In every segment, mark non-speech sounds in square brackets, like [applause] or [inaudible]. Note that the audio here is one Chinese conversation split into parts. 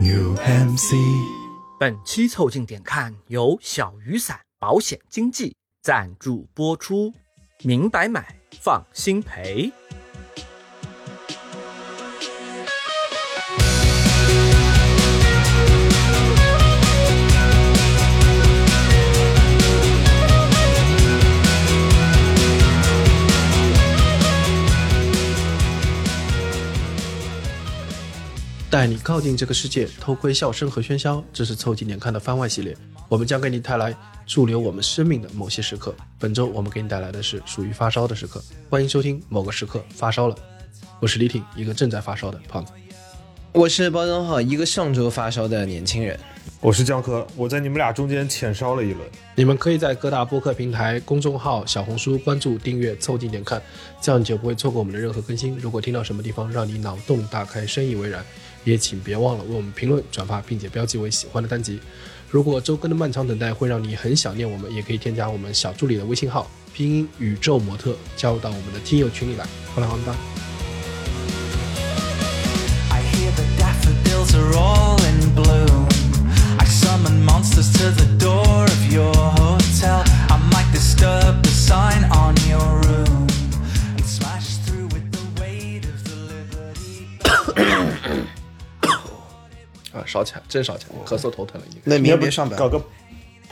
New Hampshire。本期凑近点看由小雨伞保险经纪赞助播出，明白买，放心赔。带你靠近这个世界，偷窥笑声和喧嚣，这是凑近点看的番外系列。我们将给你带来驻留我们生命的某些时刻。本周我们给你带来的是属于发烧的时刻，欢迎收听《某个时刻发烧了》。我是李挺，一个正在发烧的胖子。我是包装号，一个上周发烧的年轻人。我是江科，我在你们俩中间浅烧了一轮。你们可以在各大播客平台、公众号、小红书关注、订阅、凑近点看，这样你就不会错过我们的任何更新。如果听到什么地方让你脑洞大开、深以为然，也请别忘了为我们评论、转发，并且标记为喜欢的单集。如果周更的漫长等待会让你很想念我们，也可以添加我们小助理的微信号，拼音宇宙模特，加入到我们的听友群里来。欢迎欢迎。 I hear the daffodils are all in bloom. I summon monsters to the door of your hotel. I might disturb the sign on your room and smash through with the weight of the liberty. bell. 啊，烧起来，真烧起来，咳嗽头疼了已经。那你明要天不别上班，搞个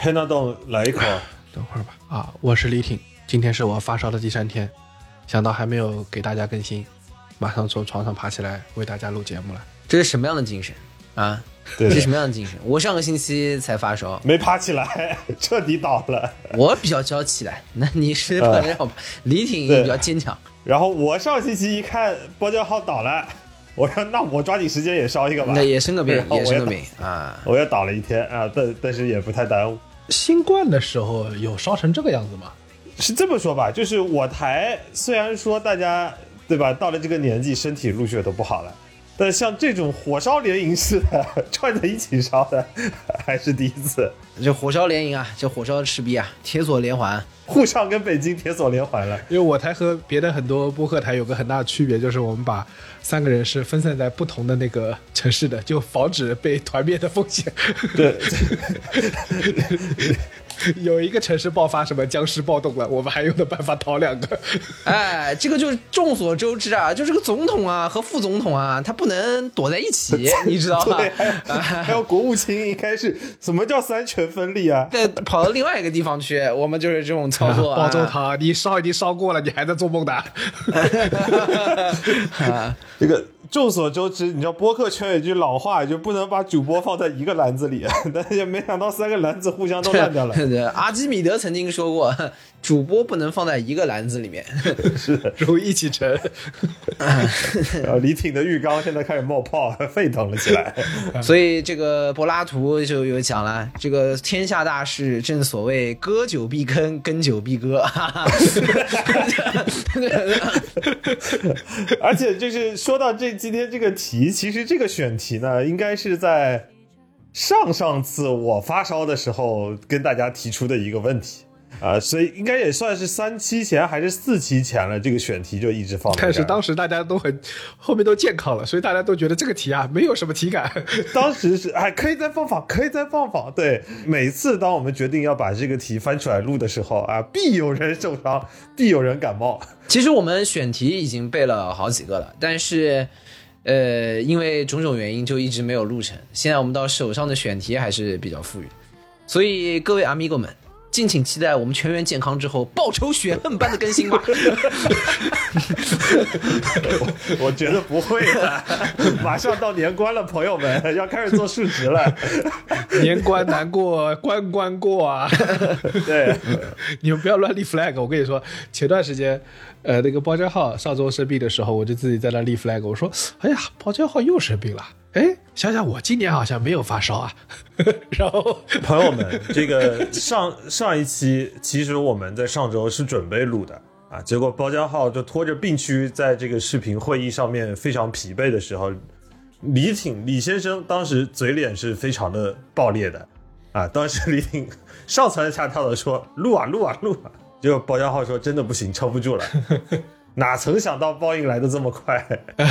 Panadol 来 [laughs] 一口？等会儿吧。啊，我是李挺，今天是我发烧的第三天，想到还没有给大家更新，马上从床上爬起来为大家录节目了。这是什么样的精神啊？对这是什的，么样的精神？我上个星期才发烧，没爬起来， [laughs] 彻底倒了。我比较娇气的，那你是啊不能让我李挺比较坚强。然后我上星期一看包浆号倒了，我说那我抓紧时间也烧一个吧。那也生个病然，后也我生也个病啊！倒，我也倒了一天啊，但但是也不太耽误。新冠的时候有烧成这个样子吗？是这么说吧，就是我台虽然说大家对吧，到了这个年纪，身体陆续都不好了，但像这种火烧连营似的 [laughs] 串在一起烧的，还是第一次。这火烧连营啊，这火烧赤壁啊，铁索连环，沪上跟北京铁索连环了，因为我台和别的很多播客台有个很大的区别，就是我们把三个人是分散在不同的那个城市的，就防止被团灭的风险。对，有一个城市爆发什么僵尸暴动了，我们还有的办法逃两个。哎，这个就是众所周知啊，就是个总统啊和副总统啊，他不能躲在一起，你知道吗？ [laughs] [laughs] [laughs] 啊对，还有还有国务卿应该是什么叫三权分立啊？再跑到另外一个地方去，我们就是这种操作、啊。 [laughs] 包中堂，你烧已经烧过了，你还在做梦呢。 [laughs] 这个众所周知，你知道播客圈有一句老话，就不能把主播放在一个篮子里， [laughs] 但是也没想到三个篮子互相都烂掉 [laughs] 了。对对，阿基米德曾经说过， [laughs] 主播不能放在一个篮子里 [laughs] 面。容易一起沉。然后呃李挺的浴缸现在开始冒泡， [laughs] 沸腾了起来。所以这个柏拉图就有讲了，这个天下大事，正所谓割久必耕，耕久必 [laughs] 割。 [laughs] 哈哈 [laughs] 而且就是说到这今天这个题，其实这个选题呢，应该是在上上次我发烧的时候跟大家提出的一个问题啊、所以应该也算是三期前还是四期前了，这个选题就一直放在这儿。但是当时大家都很，后面都健康了，所以大家都觉得这个题啊没有什么体感。当时是哎，可以再放放，可以再放放。对，每次当我们决定要把这个题翻出来录的时候啊， [laughs] 必有人受伤，必有人感冒。其实我们选题已经背了好几个了，但是，呃，因为种种原因就一直没有录成。现在我们到手上的选题还是比较富裕的，所以各位 amigo 们，敬请期待我们全员健康之后报仇雪恨般的更新吧。我觉得不会的， [laughs] 马上到年关了，朋友们要开始做数值了。 [laughs] 年关难过关关过啊！ [laughs] 对，你们不要乱立 flag。我跟你说，前段时间，呃，那个包浆号上周生病的时候，我就自己在那立 flag。我说，哎呀，包浆号又生病了。哎，想想我今年好像没有发烧啊。 [laughs] 然后朋友们，这个上上一期其实我们在上周是准备录的啊，结果包浆号就拖着病区在这个视频会议上面非常疲惫的时候，李挺李先生当时嘴脸是非常的爆裂的 [laughs] 啊，当时李挺上蹿下跳的说录啊录啊录啊，结果包浆 [laughs] 号说真的不行，撑不住了。哪曾想到报应来的这么快？ [laughs]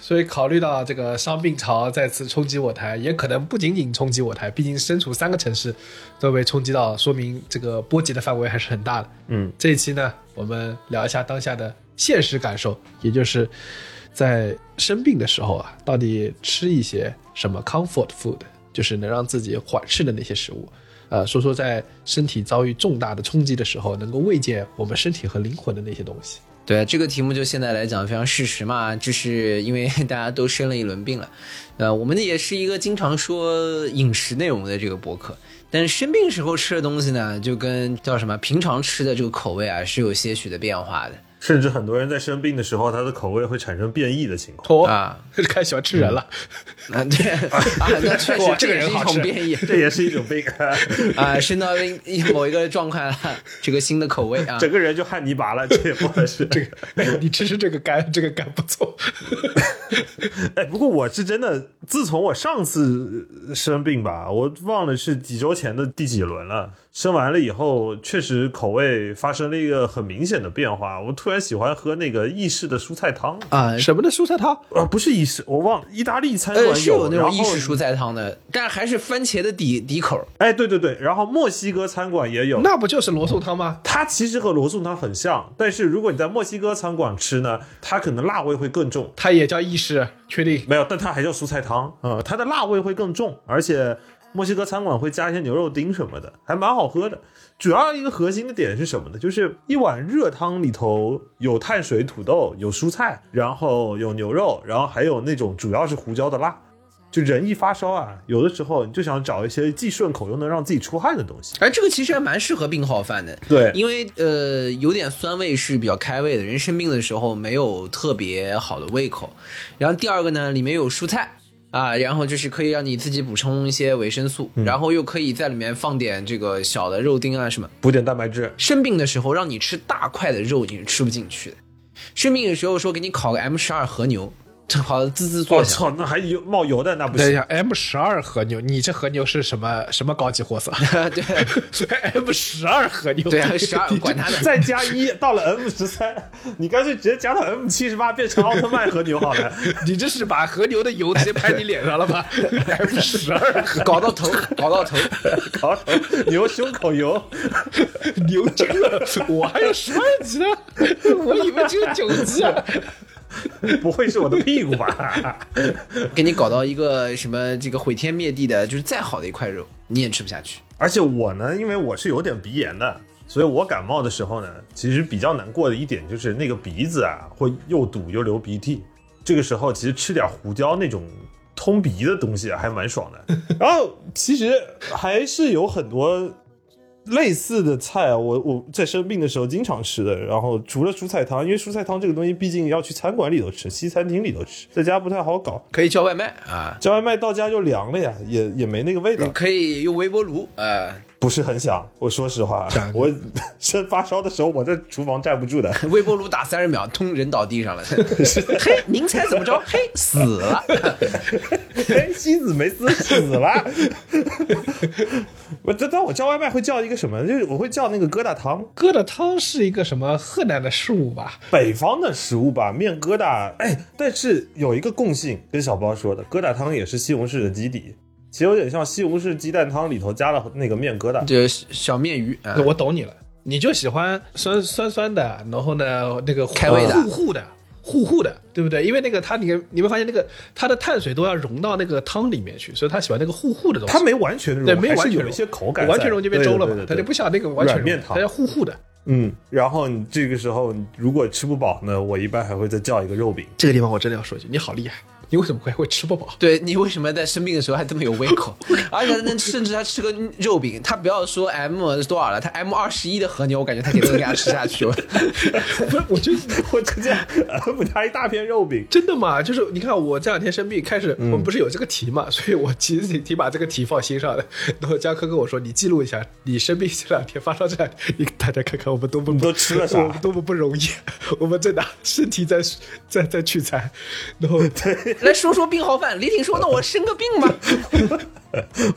所以考虑到这个伤病潮再次冲击我台，也可能不仅仅冲击我台，毕竟身处三个城市都被冲击到，说明这个波及的范围还是很大的。嗯，这一期呢，我们聊一下当下的现实感受，也就是在生病的时候啊，到底吃一些什么 comfort food，就是能让自己缓释的那些食物。呃，说说在身体遭遇重大的冲击的时候，能够慰藉我们身体和灵魂的那些东西。对啊这个题目，就现在来讲非常事实嘛，就是因为 [laughs] 大家都生了一轮病了，呃，我们也是一个经常说饮食内容的这个博客，但是生病时候吃的东西呢，就跟叫什么平常吃的这个口味啊是有些许的变化的。甚至很多人在生病的时候，他的口味会产生变异的情况。哦 [laughs] 啊， [laughs] 开始喜欢吃人了。啊，对啊，那确实哇这这个也人是一好种吃变异这也是一种病，啊，生到一某一个状况了，这个新的口味啊，整个人就汉尼拔了，这也不合适。 [laughs] 这个，哎你吃吃这个肝，这个肝不错。哎，不过我是真的，自从我上次呃生病吧，我忘了是几周前的第几轮了。生完了以后，确实口味发生了一个很明显的变化。我突然喜欢喝那个意式的蔬菜汤，啊，什么的蔬菜汤？呃，不是意式，我忘了，意大利餐馆呃，是有那然种后意式蔬菜汤的，但还是番茄的底底口。哎，对对对，然后墨西哥餐馆也有。那不就是罗宋汤吗？它其实和罗宋汤很像，但是如果你在墨西哥餐馆吃呢，它可能辣味会更重。它也叫意式，确定？没有，但它还叫蔬菜汤，呃，它的辣味会更重，而且墨西哥餐馆会加一些牛肉丁什么的，还蛮好喝的。主要一个核心的点是什么呢？就是一碗热汤里头有碳水、土豆、有蔬菜，然后有牛肉，然后还有那种主要是胡椒的辣。就人一发烧啊，有的时候你就想找一些既顺口又能让自己出汗的东西。哎，这个其实还蛮适合病号饭的，对，因为呃，有点酸味是比较开胃的，人生病的时候没有特别好的胃口。然后第二个呢，里面有蔬菜啊，然后就是可以让你自己补充一些维生素，然后又可以在里面放点这个小的肉丁啊什么。补点蛋白质。生病的时候让你吃大块的肉，你是吃不进去的。生病的时候说给你烤个 M 十二和牛， [laughs] 烤的滋滋我作响。哦操，那还有冒油的那不等一行。下，M 十二和牛，你这和牛是什么什么高级货色对？M 十二和牛， [laughs] 对啊，[laughs] 十二管他呢。再加一到了 M 十三，你干脆直接加到 M 七十八，变成奥特曼和牛好了。你这是把和牛的油直接拍你脸上了吧 [laughs] ？M 十二和搞到头， [laughs] 搞到头， [laughs] 烤牛胸口油，牛精了，我还有十二级呢，我以为只有九级 [laughs] 啊。不会是我的屁股吧？ [laughs] 给你搞到一个什么这个毁天灭地的，就是再好的一块肉你也吃不下去。而且我呢，因为我是有点鼻炎的，所以我感冒的时候呢，其实比较难过的一点就是那个鼻子啊，会又堵又流鼻涕。这个时候其实吃点胡椒那种通鼻的东西啊还蛮爽的。然后其实还是有很多类似的菜啊，我我在生病的时候经常吃的。然后除了蔬菜汤，因为蔬菜汤这个东西毕竟要去餐馆里头吃，西餐厅里头吃，在家不太好搞。可以叫外卖啊，叫外卖到家就凉了呀，也也没那个味道，嗯可以用微波炉啊， [laughs] 不是很想。我说实话想，我 [laughs] 生发烧的时候，我在厨房站不住的。 [laughs] 微波炉打三十秒，通人倒地上 [laughs] 了。嘿，您猜怎么着？嘿，死了。哎，西子梅斯死了。 [laughs] 我这但我叫外卖会叫一个什么？就是我会叫那个疙瘩汤，疙瘩汤是一个什么河南的事物吧？北方的食物吧，面疙瘩。哎，但是有一个共性，跟小包说的，疙瘩汤也是西红柿的基底，其实有点像西红柿鸡蛋汤里头加了那个面疙瘩。这小面鱼啊，我懂你了，你就喜欢酸酸酸的，然后呢，那个糊开胃的糊糊的。糊糊的，对不对？因为那个它，你你会发现那个它的碳水都要融到那个汤里面去，所以他喜欢那个糊糊的东西。它没完全融，对，没有完还是全有融，一些口感在，完全融就变粥了对嘛对对对，它对就不像那个完全软面融，汤它要糊糊的。嗯，然后你这个时候你如果吃不饱呢，我一般还会再叫一个肉饼。这个地方我真的要说一句，你好厉害，你为什么会会吃不饱？对你为什么在生病的时候还这么有胃 [laughs] 口？而且能甚至他吃个肉饼，他不要说 M 多少了，他 M 二十一的和牛，我感觉他可以都给他吃下去了。 [laughs] 不是，我 [laughs] 觉得我直接不 [laughs] 加一大片肉饼。真的嘛，就是你看我这两天生病，开嗯始我们不是有这个题嘛， [laughs] 所以我其实挺挺把这个题放心上的。然后江科跟我说，你记录一下你生病这两天发烧这两天，你大家看看我们多么你都吃 [laughs] 了啥我们多么不容易，我们真的身体在在在聚餐，然后来说说病号饭，李挺说：“那我生个病吧。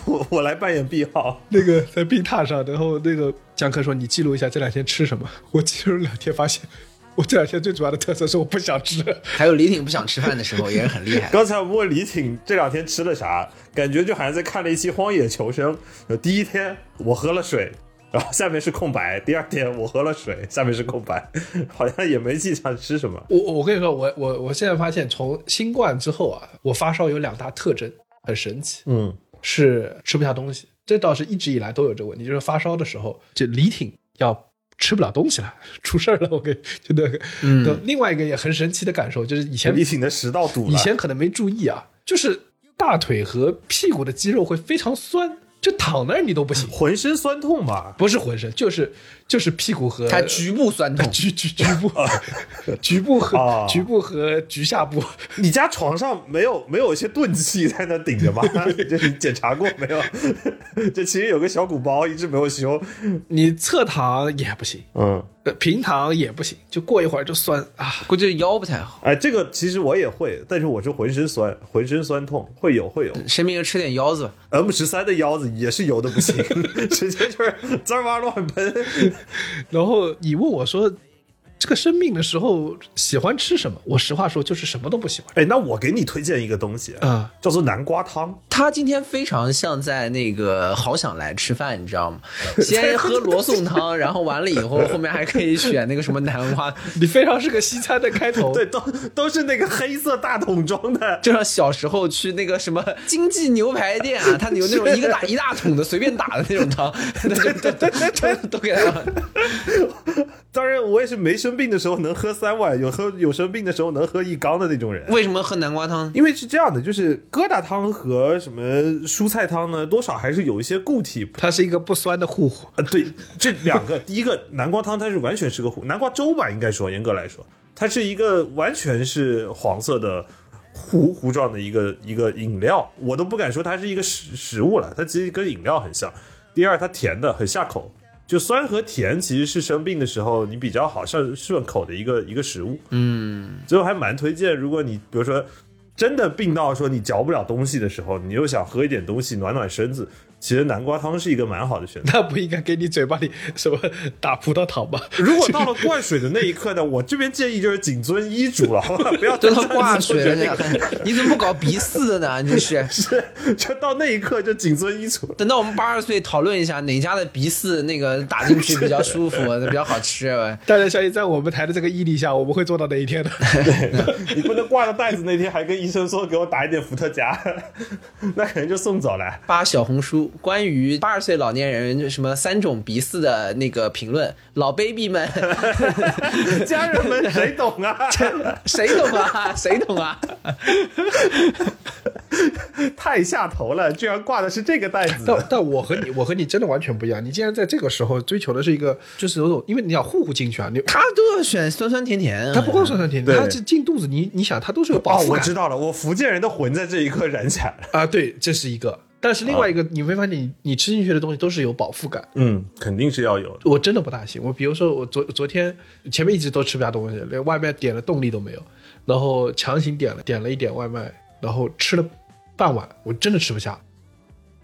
我我来扮演 B 号，那个在病榻上，然后那个江科说你记录一下这两天吃什么，我记录了两天发现。我这两天最主要的特色是我不想 [laughs] 吃， [laughs] 还有李挺不想吃饭的时候也是很厉害的。刚才我们问李挺这两天吃了啥，感觉就好像在看了一期《荒野求生》。呃第一天我喝了水，然后下面是空白；第二天我喝了水，下面是空白， [laughs] 好像也没记上吃什么。我我跟你说，我我我现在发现，从新冠之后啊，我发烧有两大特征，很神奇，嗯，是吃不下东西。这倒是一直以来都有这个问题，就是发烧的时候，就李挺要吃不了东西了，出事儿了。我跟就那个，嗯，另外一个也很神奇的感受，就是以前李挺的食道堵了。以前可能没注意啊，就是大腿和屁股的肌肉会非常酸，就躺那儿你都不行，浑身酸痛吧？不是浑身，就是就是屁股和，他局部酸 [laughs] 痛局局局部 [laughs] 局部和啊局部和局下部。你家床上没有没有一些钝器在那顶着吗？这你检查过没有？ [laughs] 这其实有个小鼓包一直没有修。你侧躺也不行，嗯，呃，平躺也不行，就过一会儿就酸啊。估计腰不太好。哎，这个其实我也会，但是我是浑身酸，浑身酸痛，会有会有。生病就吃点腰子吧。 M 十三的腰子也是油的不行，直接就是滋儿哇乱喷。然后你问我说，这个生病的时候喜欢吃什么？我实话说，就是什么都不喜欢哎，那我给你推荐一个东西，啊。叫做南瓜汤。他今天非常像在那个《好想来吃饭》，你知道吗？先喝罗宋汤，然后完了以后，后面还可以选那个什么南瓜，你非常是个西餐的开头，对，都都是那个黑色大桶装的。就像小时候去那个什么经济牛排店啊，他有那种一个大一大桶的随便打的那种汤，那就都都都都给他了。当然，我也是没生病的时候能喝三碗，有喝有生病的时候能喝一缸的那种人。为什么喝南瓜汤？因为是这样的，就是疙瘩汤和什么蔬菜汤呢，多少还是有一些固体。它是一个不酸的糊糊。呃，对，这两个，第一个南瓜汤它是完全是个糊，南瓜粥吧，应该说严格来说，它是一个完全是黄色的糊糊状的一个一个饮料，我都不敢说它是一个食食物了，它其实跟饮料很像。第二，它甜的很下口，就酸和甜其实是生病的时候你比较好上顺口的一个一个食物。嗯，所以我还蛮推荐，如果你比如说真的病到说你嚼不了东西的时候，你又想喝一点东西暖暖身子，其实南瓜汤是一个蛮好的选择。那不应该给你嘴巴里什么打葡萄糖吗？ [laughs] 如果到了灌水的那一刻呢，我这边建议就是谨遵医嘱了， [laughs] 好吧，不要都到到挂水了，你还你怎么不搞鼻饲的呢？你这是。 [laughs] 是，就到那一刻就谨遵医嘱。等到我们八十岁讨论一下哪家的鼻饲那个打进去比较舒 [laughs] 服，比较好吃。大家相信，在我们台的这个毅力下，我们会做到哪一天呢？ [laughs] 你不能挂着袋子那天还跟医生说给我打一点伏特加， [laughs] 那可能就送走了。 [laughs] 发小红书关于八十岁老年人就什么三种鼻饲的那个评论，老 baby [laughs] 们家人们谁懂啊？ [laughs] 谁懂啊？谁懂啊？太下头了，居然挂的是这个袋子。哦但但我和你，我和你真的完全不一样。你竟然在这个时候追求的是一个，就是有种，因为你想糊糊进去啊，你他都要选酸酸甜甜、啊，它不光酸酸甜，对它这进肚子你，你想它都是有饱哦，腹我感知道了，我福建人的魂在这一刻燃起来了。啊、对，这是一个。但是另外一啊个，你会发现你你吃进去的东西都是有饱腹感。嗯，肯定是要有的。我真的不大行，我比如说我昨昨天前面一直都吃不下东西，连外卖点的动力都没有，然后强行点了点了一点外卖，然后吃了半碗，我真的吃不下，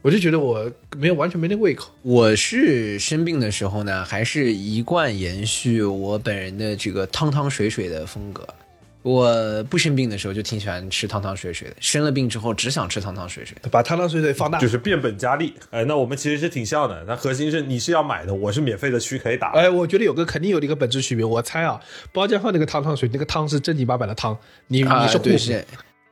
我就觉得我没有完全没那胃口。我是生病的时候呢，还是一贯延续我本人的这个汤汤水水的风格。我不生病的时候就挺喜欢吃汤汤水水的，生了病之后只想吃汤汤水水。把汤汤水水放大。就是变本加厉，哎，那我们其实是挺像的。那核心是你是要买的，我是免费的区可以打。哎，我觉得有个肯定有一个本质区别，我猜啊，包间号那个汤汤水，那个汤是正经八百的汤，你、啊，你是对护是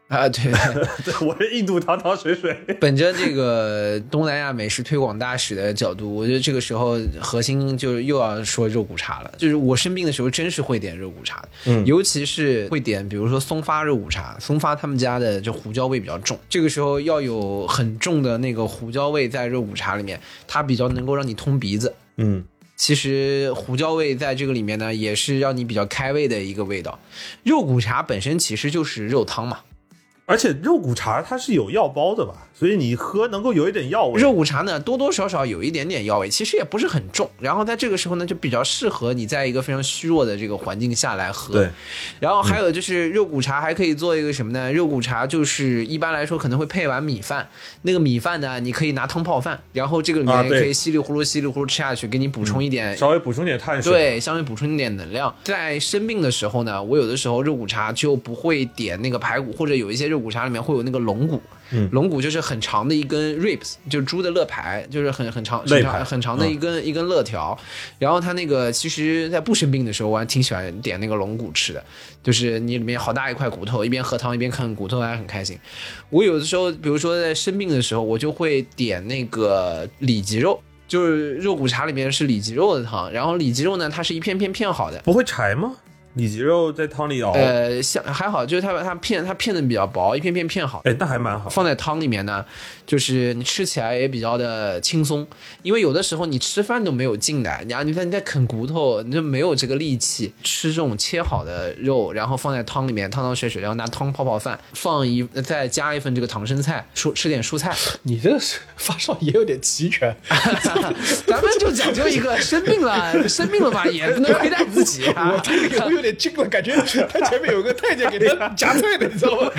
啊，对。对， [laughs] 我是印度汤汤水水。本着这个东南亚美食推广大使的角度，我觉得这个时候核心就是又要说肉骨茶了。就是我生病的时候，真是会点肉骨茶的，嗯尤其是会点，比如说松发肉骨茶，松发他们家的就胡椒味比较重，这个时候要有很重的那个胡椒味在肉骨茶里面，它比较能够让你通鼻子。嗯，其实胡椒味在这个里面呢，也是让你比较开胃的一个味道。肉骨茶本身其实就是肉汤嘛，而且肉骨茶它是有药包的吧，所以你喝能够有一点药味。肉骨茶呢，多多少少有一点点药味，其实也不是很重。然后在这个时候呢，就比较适合你在一个非常虚弱的这个环境下来喝。对。然后还有就是肉骨茶还可以做一个什么呢？肉骨茶就是一般来说可能会配碗米饭，那个米饭呢，你可以拿汤泡饭，然后这个里啊面对嗯可以稀里呼噜稀里呼噜吃下去，给你补充一点稍微补充点碳水，对，相对补充一点能量。在生病的时候呢，我有的时候肉骨茶就不会点那个排骨，或者有一些肉骨茶里面会有那个龙骨。嗯龙骨就是很长的一根 ribs，就是猪的肋排，就是很很长、很肋排嗯长、很长的一根、一根肋条。然后它那个其实，在不生病的时候，我还挺喜欢点那个龙骨吃的，就是你里面好大一块骨头，一边喝汤一边看骨头，还很开心。我有的时候，比如说在生病的时候，我就会点那个里脊肉，就是肉骨茶里面是里脊肉的汤，然后里脊肉呢，它是一片片片好的。不会柴吗？里脊肉在汤里熬，哎、呃，像还好，就是它把它片它片的比较薄，一片片片好的。哎那还蛮好。 [laughs] 放在汤里面呢，就是你吃起来也比较的轻松，因为有的时候你吃饭都没有劲的，然后你在你在啃骨头，你就没有这个力气吃这种切好的肉，然后放在汤里面汤汤水水，然后拿汤泡泡饭，放一再加一份这个唐生菜，蔬吃点蔬菜， [laughs] 你这是发烧也有点齐全，咱们就讲究一个生病了，生病了吧也不能亏待自己 [laughs] 啊。我这个有点惊了，感觉他前面有个太监给他夹菜的，你知道吗？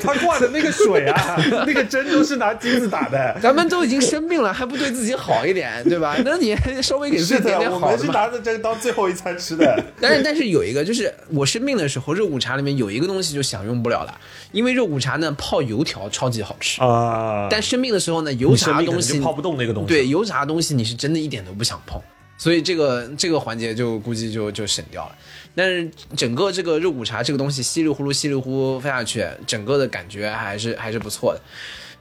他挂的那个水啊，那个针都是拿金子 [laughs] 打的。咱们都已经生病了，还不对自己好一 [laughs] 点，对吧？那你还稍微给自己是点的，点 [laughs] 我好们的是嘛。拿着这个当最后一餐吃的。但是但是有一个，就是我生病的时候，肉骨茶里面有一个东西就享用不了了，因为肉骨茶呢泡油条超级好吃，啊、但生病的时候呢，油你生炸病可东能西就泡不动那个东西。对，油炸东西你是真的一点都不想碰，所以这个这个环节就估计就就省掉了。但是整个这个肉骨茶这个东西稀里呼噜稀里呼噜下去，整个的感觉还是还是不错的。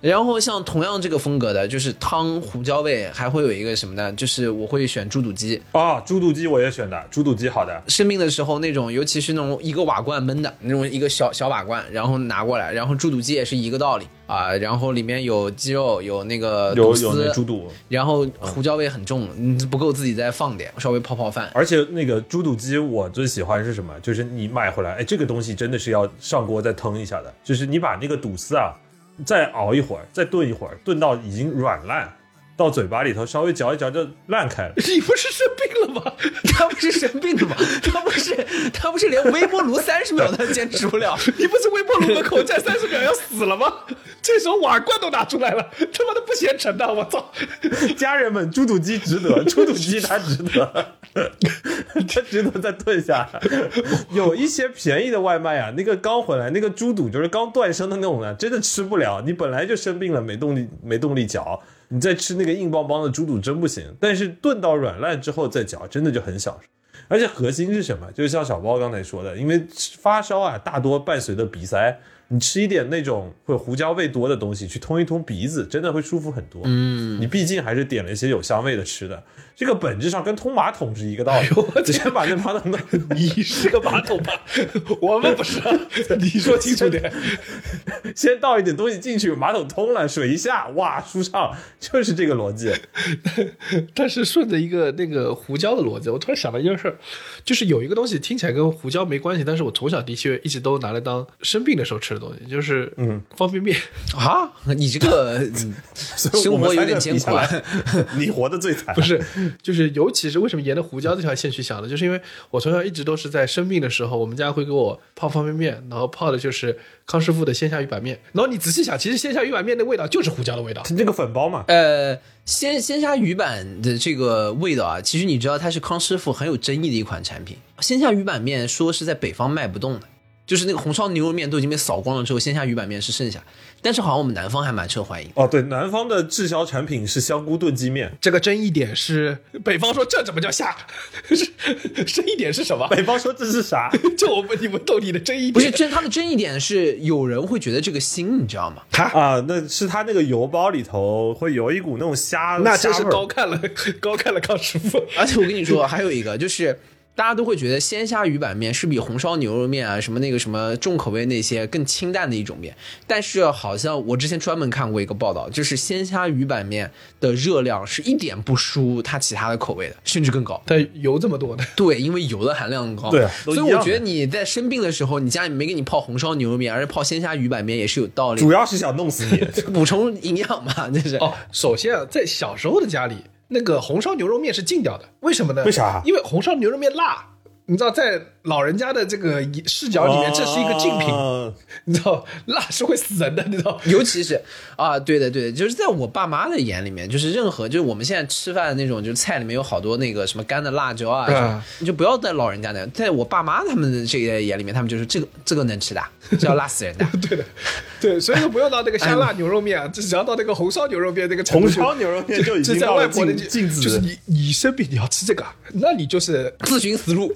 然后像同样这个风格的，就是汤胡椒味，还会有一个什么呢？就是我会选猪肚鸡，啊，猪肚鸡我也选的，猪肚鸡好的。生病的时候那种，尤其是那种一个瓦罐焖的那种一个小小瓦罐，然后拿过来，然后猪肚鸡也是一个道理啊、然后里面有鸡肉，有那个有肚丝有那猪肚，然后胡椒味很重，你不够自己再放点，稍微泡泡饭。而且那个猪肚鸡我最喜欢是什么？就是你买回来，哎，这个东西真的是要上锅再腾一下的，就是你把那个肚丝啊再熬一会儿，再炖一会儿，炖到已经软烂，到嘴巴里头稍微嚼一嚼就烂开了。 [laughs] 你不是生病了吗？ [laughs] 他不是生病的吗？他不是 [laughs] 他不是连微波炉三十秒都坚持不了？ [laughs] 你不是微波炉门口站三十秒要死了吗？这时候瓦罐都拿出来了，他妈的不嫌沉呐！我操！ [laughs] 家人们，猪肚鸡值得，猪肚鸡它值得， [laughs] 它值得再炖一下。有一些便宜的外卖啊，那个刚回来那个猪肚就是刚断生的那种的，啊真的吃不了。你本来就生病了，没动力没动力嚼，你再吃那个硬邦邦的猪肚真不行。但是炖到软烂之后再嚼，真的就很享受。而且核心是什么？就是像小包刚才说的，因为发烧啊，大多伴随着鼻塞。你吃一点那种会胡椒味多的东西去通一通鼻子，真的会舒服很多。嗯，你毕竟还是点了一些有香味的吃的，这个本质上跟通马桶是一个道哎理。直接把那马桶弄，你是个马桶吧？ [laughs] 我们不是， [laughs] 你说清楚点。先倒一点东西进去，马桶通了，水一下，哇，舒畅，就是这个逻辑。 [laughs] 但是顺着一个那个胡椒的逻辑，我突然想到一件事儿，就是有一个东西听起来跟胡椒没关系，但是我从小的确一直都拿来当生病的时候吃的东西，就是嗯方便面。啊，你这个嗯生活有点艰苦啊。 [laughs] 你活得最 [laughs] [laughs] 惨。不是，就是尤其是为什么沿着胡椒这条线去想呢？就是因为我从小一直都是在生病的时候，我们家会给我泡方便面，然后泡的就是康师傅的鲜虾鱼板面。然后你仔细想，其实鲜虾鱼板面的味道就是胡椒的味道。那个粉包嘛，呃，鲜鲜虾鱼板的这个味道啊，其实你知道它是康师傅很有争议的一款产品。鲜虾鱼板面说是在北方卖不动的，就是那个红烧牛肉面都已经被扫光了之后，鲜虾鱼板面是剩下，但是好像我们南方还蛮受欢迎。哦，对，南方的滞销产品是香菇炖鸡面，这个争议点是北方说这怎么叫虾？是 [laughs] 争议点是什么？ [laughs] 北方说这是啥？就我问你们逗你的争议点不是，这它的争议点是有人会觉得这个腥，你知道吗？啊，那是它那个油包里头会有一股那种虾，那真是虾味儿高看了，高看了康师傅。 [laughs] 而且我跟你说，还有一个就是大家都会觉得鲜虾鱼板面是比红烧牛肉面啊，什么那个什么重口味那些更清淡的一种面。但是好像我之前专门看过一个报道，就是鲜虾鱼板面的热量是一点不输它其他的口味的，甚至更高。但油这么多的，对，因为油的含量高，对啊所以都一样我的觉得你在生病的时候，你家里没给你泡红烧牛肉面，而是泡鲜虾鱼板面也是有道理的，主要是想弄死 [laughs] 你。补充营养嘛，这是。哦，首先啊，在小时候的家里，那个红烧牛肉面是禁掉的，为什么呢？为啥因为红烧牛肉面辣。你知道，在老人家的这个视角里面，这是一个禁品，啊你知道，辣是会死人的，你知道。 [laughs] 尤其是啊，对的，对的，就是在我爸妈的眼里面，就是任何就是我们现在吃饭的那种，就是菜里面有好多那个什么干的辣椒啊，嗯什么你就不要在老人家那样，在我爸妈他们的这个眼里面，他们就是这个这个能吃的，这要辣死人的。对的，对，所以说不用到那个香辣牛肉面啊，就只要到那个红烧牛肉面那个程度哎红就烧牛肉 [laughs] 面就已这经在到外了婆的禁就禁止，就是你你生病你要吃这个啊，那你 [laughs] 就是 [laughs] [laughs] 自寻死路，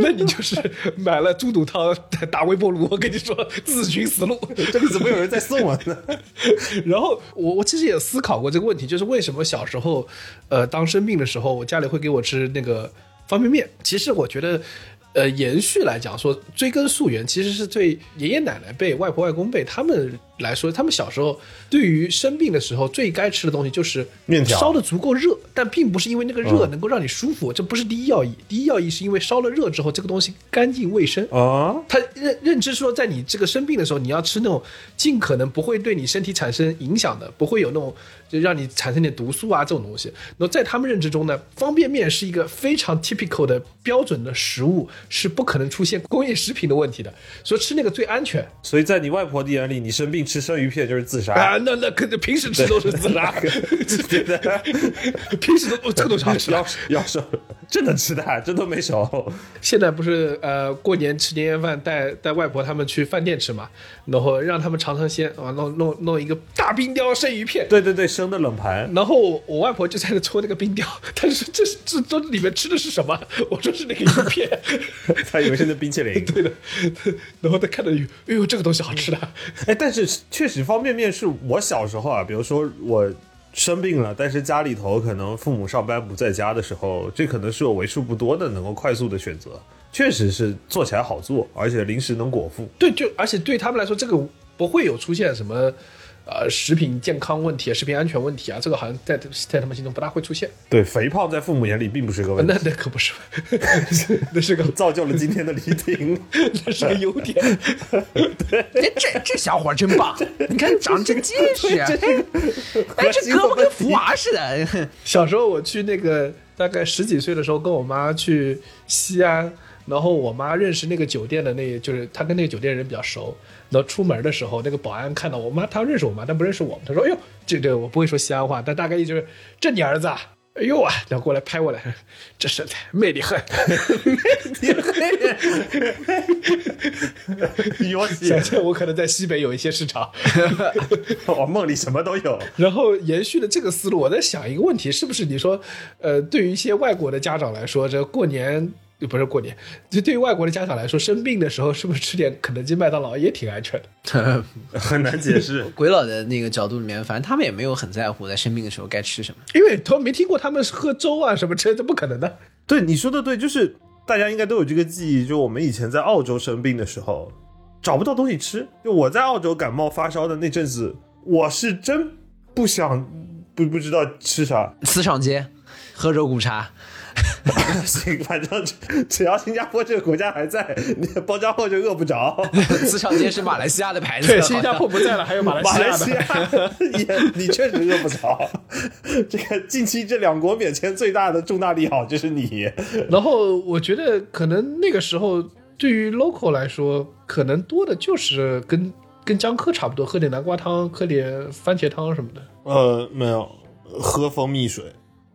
那你就是买了猪肚汤打微波炉，我跟你说自寻死路。这里怎么有人在送啊 [laughs] 我呢？ [laughs] 然后我我其实也思考过这个问题，就是为什么小时候，呃，当生病的时候，我家里会给我吃那个方便面。其实我觉得，呃，延续来讲说，追根溯源，其实是对爷爷奶奶辈、外婆外公辈他们来说，他们小时候对于生病的时候最该吃的东西就是面条烧的足够热，但并不是因为那个热能够让你舒服，这不是第一要义。第一要义是因为烧了热之后，这个东西干净卫生。啊，他认认知说，在你这个生病的时候，你要吃那种尽可能不会对你身体产生影响的，不会有那种就让你产生点毒素啊这种东西。那在他们认知中呢，方便面是一个非常 typical 的标准的食物，是不可能出现工业食品的问题的，所以吃那个最安全所以在你外婆的眼里，你生病吃生鱼片就是自杀。啊。那那可平时吃都是自杀，对的， [laughs] 平时都哦这个东西好吃要。是 [laughs] 要是这能吃的，这都没熟。现在不是呃过年吃年夜饭带带外婆他们去饭店吃嘛，然后让他们尝尝鲜啊，弄弄弄一个大冰雕生鱼片。对对对，生的冷盘。然后我外婆就在那搓那个冰雕，她说这是这这里面吃的是什么？我说是那个鱼片， [laughs] 他以为是那冰淇淋。对的。然后她看到鱼，哎呦这个东西好吃的，哎，但是确实方便面是我小时候啊，比如说我生病了，但是家里头可能父母上班不在家的时候，这可能是我为数不多的能够快速的选择。确实是做起来好做，而且零食能果腹。对，就而且对他们来说，这个不会有出现什么呃食品健康问题啊、食品安全问题啊，这个好像在在他们心中不大会出现。对，肥胖在父母眼里并不是个问题，那那可不是， [laughs] 那是个造就了今天的黎婷。那是个优点。 [laughs] 这这这小伙儿真棒，你看长得真结 [laughs] 实，哎，哎这胳膊跟福娃似的。。小时候我去那个大概十几岁的时候，跟我妈去西安，然后我妈认识那个酒店的那，就是她跟那个酒店人比较熟。然后出门的时候，那个保安看到我妈，她认识我妈，但不认识我。她说：“哎呦，这这我不会说西安话，但大概意思就是这你儿子啊。”哎呦啊！然后过来拍我来， [laughs] 这身材魅力很。游想见我可能在西北有一些市场。我梦里什么都有。然后延续了这个思路，我在想一个问题，是不是你说，呃，对于一些外国的家长来说，这过年呃不是过年，就对于外国的家长来说，生病的时候是不是吃点肯德基、麦当劳也挺安全的？很难解释鬼佬的那个角度里面，反正他们也没有很在乎在生病的时候该吃什么。因为都没听过他们喝粥啊什么这这不可能的。对，你说的对，就是大家应该都有这个记忆，就我们以前在澳洲生病的时候，找不到东西吃。就我在澳洲感冒发烧的那阵子，我是真不想不不知道吃啥。 [laughs] 私上街，喝肉骨茶，行，反正只只要新加坡这个国家还在，你包家货就饿不着。 [laughs] 私上街是马来西亚的牌子， [laughs] [laughs] 啊对，好像新加坡不在了，还有 [laughs] 马来马西来亚西的。亚也，你确实饿不着。 [laughs] 这个近期这两国免签最大的重大利好就是你。然后我觉得可能那个时候对于 local 来说，可能多的就是跟跟江科差不多，喝点南瓜汤，喝点番茄汤什么的。呃，没有，喝蜂蜜水，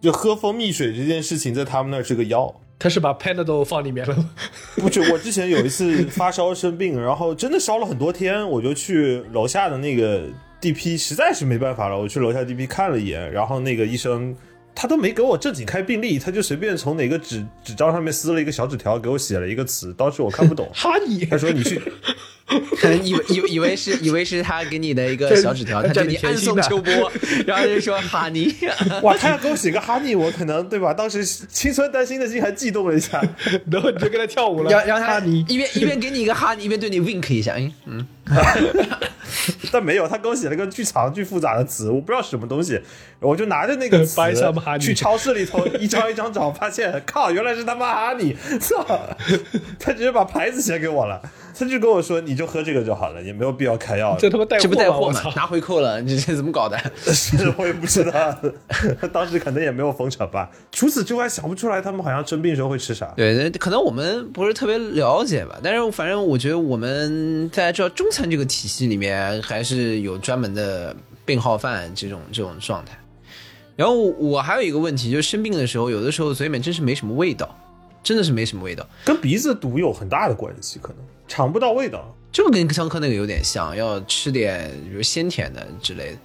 就喝蜂蜜水这件事情在他们那儿是个药。他是把 Panadol 放里面了吗？，不是，我之前有一次发烧生病，然后真的烧了很多天，我就去楼下的那个 DP，实在是没办法了，我去楼下 DP 看了一眼，然后那个医生他都没给我正经开病历，他就随便从哪个纸纸张上面撕了一个小纸条给我写了一个词，当时我看不懂哈尼他说你去，以为以为以为是以为是他给你的一个这小纸条，这他对你你甜暗心送的秋波， [laughs] 然后就说哈尼，哇，他要给我写个哈尼，我可能对吧？当时青春担心的心还悸动了一下。 [laughs] 然后你就跟他跳舞了，啊然后让哈他尼一边一边给你一个哈尼，一边对你 wink 一下，嗯嗯，但没有，他给我写了个巨长、巨复杂的词，我不知道什么东西，我就拿着那个词 Buy some honey 去超市里头一张一张找，发现靠，原来是他妈哈尼，操！他直接把牌子写给我了，他就跟我说你就喝这个就好了，也没有必要开药。这他妈带这不货带吗货我吗操？拿回扣了，你这怎么搞的？是我也不知道， [laughs] 当时可能也没有封城吧。除此之外，想不出来他们好像生病时候会吃啥。对，可能我们不是特别了解吧，但是反正我觉得我们在这中餐这个体系里面，还是有专门的病号饭这种这种状态。然后我还有一个问题，就是生病的时候，有的时候嘴里面真是没什么味道，真的是没什么味道，跟鼻子堵有很大的关系，可能尝不到味道。就跟香科那个有点像，要吃点比如鲜甜的之类的。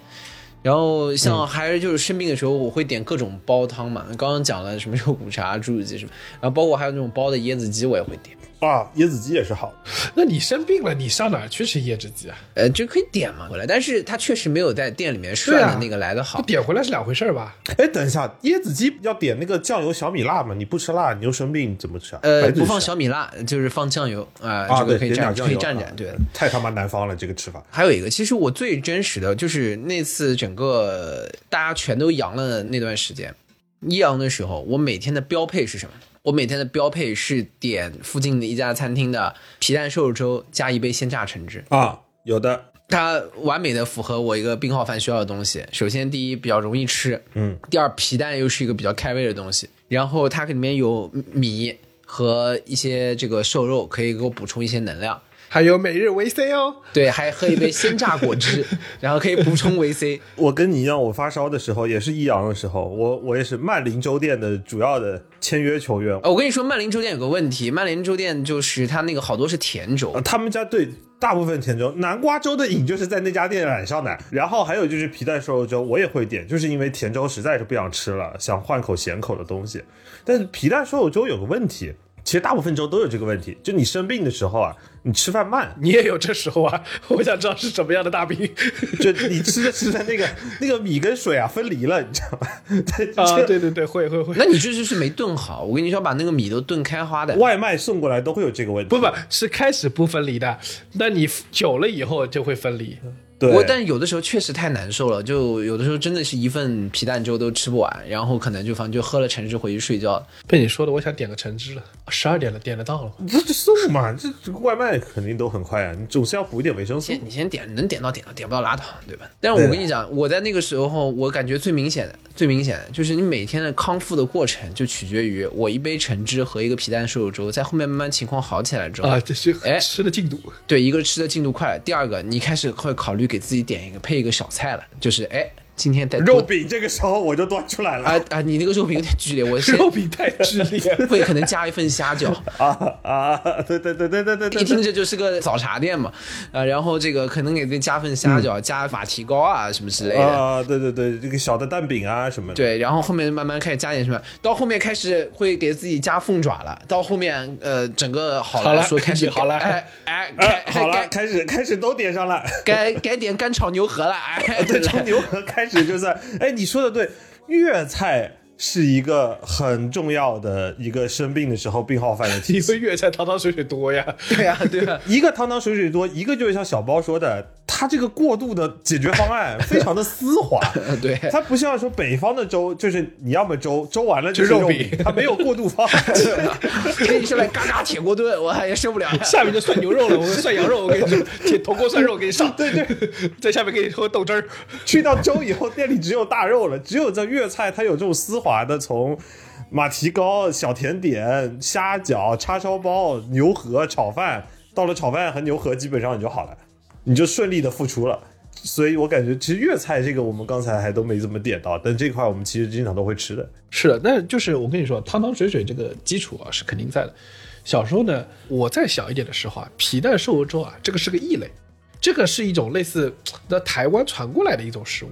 然后像还是就是生病的时候，我会点各种煲汤嘛，刚刚讲了什么肉骨茶、猪肚鸡什么，然后包括还有那种煲的椰子鸡，我也会点。啊，椰子鸡也是好的，那你生病了，你上哪儿去吃椰子鸡啊？呃，就可以点嘛回来，但是它确实没有在店里面涮对啊的那个来的好。不点回来是两回事儿吧？哎，等一下，椰子鸡要点那个酱油小米辣嘛？你不吃辣，你又生病，你怎么吃啊？呃，白自己不放吃啊小米辣，就是放酱油啊、啊，这个对，可以点蘸，点酱可以油蘸蘸啊，对。太他妈南方了这个吃 [laughs] 法。还有一个，其实我最真实的就是那次整个大家全都阳了那段时间，一阳的时候，我每天的标配是什么？我每天的标配是点附近的一家餐厅的皮蛋瘦肉粥加一杯鲜榨橙汁，啊，有的，它完美的符合我一个病号饭需要的东西。首先，第一比较容易吃，嗯，第二，皮蛋又是一个比较开胃的东西，然后它里面有米和一些这个瘦肉，可以给我补充一些能量。还有每日维 C 哦，对，还喝一杯鲜榨果汁，然后可以补充维 C。我跟你一样，我发烧的时候也是益阳的时候，我我也是曼联粥店的主要的签约球员，呃我跟你说，曼联粥店有个问题，曼联粥店就是它那个好多是甜呃粥，他们家对大部分甜粥，南瓜粥的瘾就是在那家店染上的。然后还有就是皮蛋瘦肉粥，我也会点，就是因为甜粥实在是不想吃了，想换口咸口的东西。但是皮蛋瘦肉粥有个问题，其实大部分粥都有这个问题，就你生病的时候啊，你吃饭慢，你也有这时候啊？我想知道是什么样的大病。就你吃着吃着那个那个米跟水啊分离了，你知道 [laughs] 吗？啊， [laughs] 这对对对，会会会。那你这就是没炖好。我跟你说，把那个米都炖开花的。外卖送过来都会有这个问题。不不，是开始不分离的，那你久了以后就会分离。嗯对，我但有的时候确实太难受了，就有的时候真的是一份皮蛋粥都吃不完，然后可能就反正就喝了橙汁回去睡觉了。被你说的，我想点个橙汁了，十二点了，点得到了吗？这这送嘛，这这个外卖肯定都很快啊，你总是要补一点维生素先。你先点，能点到点到，点不到拉倒，对吧？但是我跟你讲，我在那个时候，我感觉最明显的、最明显的就是你每天的康复的过程，就取决于我一杯橙汁和一个皮蛋瘦肉粥，在后面慢慢情况好起来之后，啊，这是哎吃的进度。对一个吃的进度快了，第二个你开始会考虑给自己点一个配一个小菜了，就是哎，今天带肉饼这个时候我就端出来了啊啊，你那个肉饼有点剧烈，我 [laughs] [laughs] 先肉饼太 [laughs] 剧烈了，会可能加一份虾饺，啊啊！ [laughs] 对对对对对对 [laughs] 一对听这就是个早茶店嘛，啊，然后这个可能给自己加份虾饺，加马蹄糕啊什么之类的。啊！对对对，这个小的蛋饼啊什么的。，对，然后后面慢慢开始加点什么，到后面开始会给自己加凤爪了，到后面呃整个好好了说开始好了哎哎哎该，好了，该开始开始都点上了。该该点干炒牛河了， [laughs] 哎对，来从牛河开始就是，哎，你说的对，粤菜是一个很重要的一个生病的时候病号饭的体因系。为粤菜汤汤水水多呀。对啊对啊，一个汤汤水水多，一个就是像小包说的，它这个过渡的解决方 [laughs] 案非常的丝滑。 [laughs] 对它不像说北方的粥，就是你要么粥，粥完了就是就肉肉饼饼，它没有过渡方 [laughs] 案。可以上来嘎嘎铁锅炖，我也受 [laughs] 不了。下面就涮牛肉了，我涮羊肉，我给你说，铁铜锅涮肉给你上， [laughs] 对对，在下面给你喝豆汁儿，去到粥以后，店里只有大肉了，只有这粤菜它有这种丝滑的，从马蹄糕、小甜点、虾饺、叉烧包、牛河、炒饭，到了炒饭和牛河基本上你就好了，你就顺利的付出了。所以我感觉其实粤菜这个我们刚才还都没怎么点到，但这块我们其实经常都会吃的。是的，但就是我跟你说，汤汤水水这个基础啊是肯定在的。小时候呢，我再小一点的时候啊，皮蛋瘦肉粥啊，这个是个异类，这个是一种类似那台湾传过来的一种食物，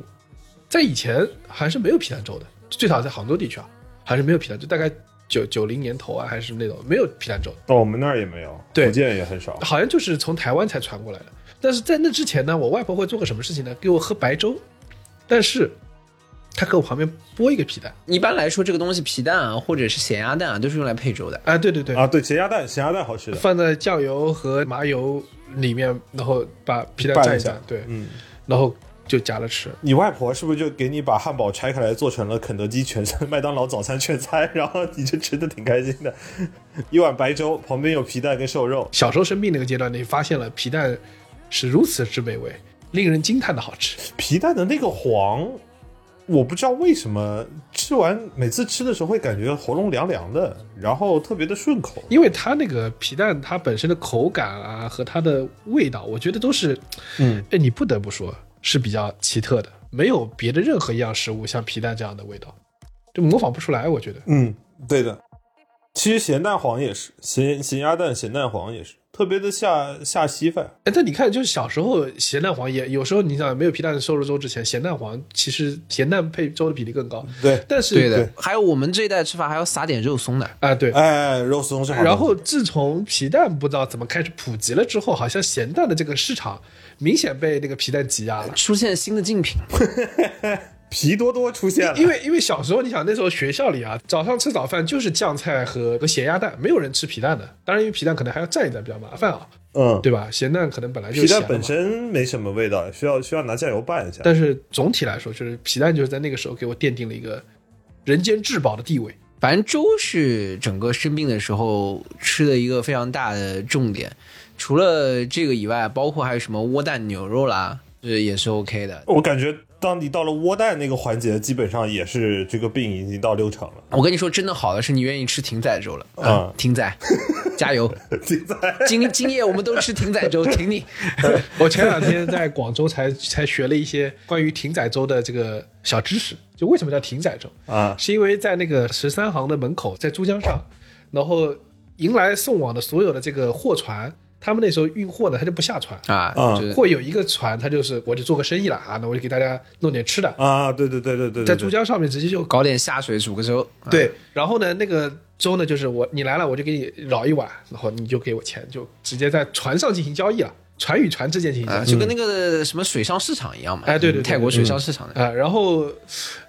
在以前还是没有皮蛋粥的，最少在杭州地区啊，还是没有皮蛋粥，大概九九零年头啊，还是那种没有皮蛋粥，到我们那儿也没有，对福建也很少。好像就是从台湾才传过来的。但是在那之前呢，我外婆会做个什么事情呢？给我喝白粥，但是她给我旁边剥一个皮蛋一般来说，这个东西皮蛋啊，或者是咸鸭蛋啊，都是用来配粥的。啊，对对对，啊，对，咸鸭蛋，咸鸭蛋好吃的，放在酱油和麻油里面，然后把皮蛋拌蘸一下蘸，对，嗯。然后就夹着吃。你外婆是不是就给你把汉堡拆开来做成了肯德基全餐、麦当劳早餐全餐，然后你就吃的挺开心的？ [laughs] 一碗白粥旁边有皮蛋跟瘦肉，小时候生病那个阶段，你发现了皮蛋是如此之美味，令人惊叹的好吃。皮蛋的那个黄，我不知道为什么吃完每次吃的时候会感觉喉咙凉凉的，然后特别的顺口。因为它那个皮蛋它本身的口感啊和它的味道，我觉得都是，嗯，哎，你不得不说是比较奇特的，没有别的任何一样食物像皮蛋这样的味道，就模仿不出来。我觉得嗯，对的。其实咸蛋黄也是，咸咸鸭蛋、咸蛋黄也是，特别的下下稀饭。哎，但你看，就是小时候咸蛋黄也有时候，你想没有皮蛋瘦肉粥之前，咸蛋黄其实咸蛋配粥的比例更高。对，但是对的，对还有我们这一代吃法还要撒点肉松的。啊，对。哎，肉松是好东西。然后自从皮蛋不知道怎么开始普及了之后，好像咸蛋的这个市场明显被那个皮蛋挤压了。出现新的竞品，皮多多出现了，因为因为小时候，你想那时候学校里啊，早上吃早饭就是酱菜和和咸鸭蛋，没有人吃皮蛋的。当然，因为皮蛋可能还要蘸一蘸，比较麻烦啊，嗯，对吧？咸蛋可能本来就皮是咸蛋的嘛本，身没什么味道，需要需要拿酱油拌一下。但是总体来说，就是皮蛋就是在那个时候给我奠定了一个人间至宝的地位。反正粥是整个生病的时候吃的一个非常大的重点。除了这个以外，包括还有什么窝蛋牛肉啦，这也是 OK 的。我感觉，当你到了窝蛋那个环节，基本上也是这个病已经到六 [laughs] 成了。我跟你说，真的好的是你愿意吃艇仔粥了啊艇仔，[laughs] 加油！现在今今夜我们都吃艇仔粥，挺你。我前两天在广州才才学了一些关于艇仔粥的这个小知识，就为什么叫艇仔粥，啊，是因为在那个十三行的门口，在珠江上，然后迎来送往的所有的这个货船，他们那时候运货呢，他就不下船。啊，嗯就是会有一个船，他就是我就做个生意了啊，那我就给大家弄点吃的，啊，对对对对对，对在珠，江上面直接就搞点下水煮个粥。啊，对，哎然后呢，那个粥呢，就是我你来了，我就给你舀一碗，然后你就给我钱，就直接在船上进行交易了，船与船之间进行交啊，易。就跟那个什么水上市场一样嘛。嗯哎对对对泰国水上市场的。啊，然后，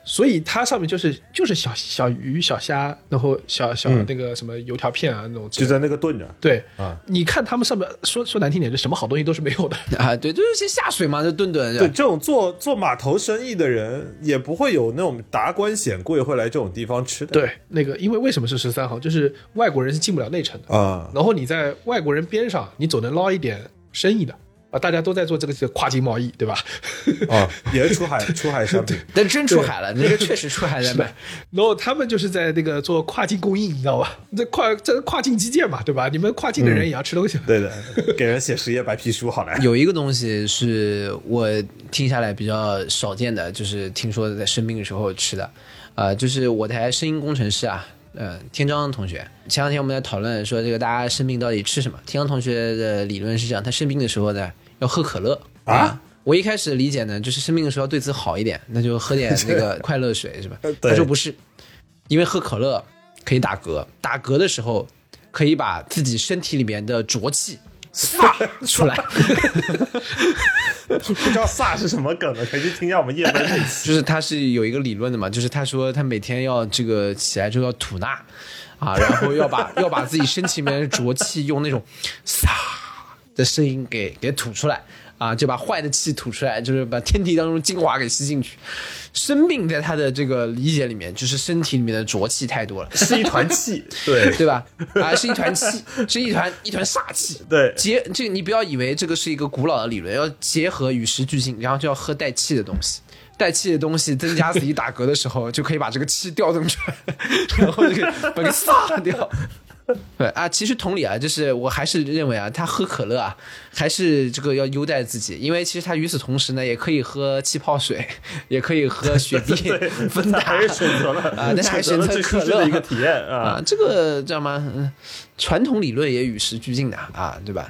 所以它上面就是就是小小鱼、小虾，然后小小那个什么油条片啊那种之就类的，在那个炖着。对啊，你看他们上面说说难听点，就什么好东西都是没有的，啊，对，就是先下水嘛，就炖炖。对，这种做做码头生意的人，也不会有那种达官显贵会来这种地方吃的。对，那个因为为什么是十三行，就是外国人是进不了内城的，啊，然后你在外国人边上，你总能捞一点生意的啊！大家都在做这个这个跨境贸易，对吧？啊，也是出海出海商品。但真出海了，那个确实出 [laughs] 海了是的呗。然后他们就是在那个做跨境供应，你知道吧？ [laughs] 这跨这跨境基建嘛，对吧？你们跨境的人也要吃东西。 [laughs] 嗯对的，给人写十页白皮书好来。有一个东西是我听下来比较少见的，就是听说在生病的时候吃的，呃，就是我台声音工程师啊，呃，天章同学，前两天我们在讨论说这个大家生病到底吃什么？天章同学的理论是这样，他生病的时候呢要喝可乐啊。我一开始理解呢，就是生病的时候要对自己好一点，那就喝点那 [laughs] 个快乐水是吧？呃对他说不是，因为喝可乐可以打嗝，打嗝的时候可以把自己身体里面的浊 [laughs] 气撒出来。不知道萨是什么梗的，可以去听一下我们叶飞那期。就是他是有一个理论的嘛，就是他说他每天要这个起来之后要吐纳，啊，然后要把要把自己身体里面的浊气用那种撒的声音给给吐出来，啊，就把坏的气吐出来，就是把天地当中精华给吸进去。生病在他的这个理解里面，就是身体里面的浊气太多了， [laughs] 是一团气，对对吧？啊，是一团气，是一团一团煞气。对结这个你不要以为这个是一个古老的理论，要结合与时俱进，然后就要喝带气的东西。带气的东西增加自己打嗝的时候，就可以把这个气调动出来，然后这个把它撒掉。对啊，其实同理啊，就是我还是认为啊，他喝可乐啊，还是这个要优待自己，因为其实他与此同时呢，也可以喝气泡水，也可以喝雪碧、 [laughs] [laughs] 芬达，还是选择了啊，但是还选选择了择最舒可适乐的一个体验啊啊，。这个知道吗？嗯，传统理论也与时俱进的啊，对吧？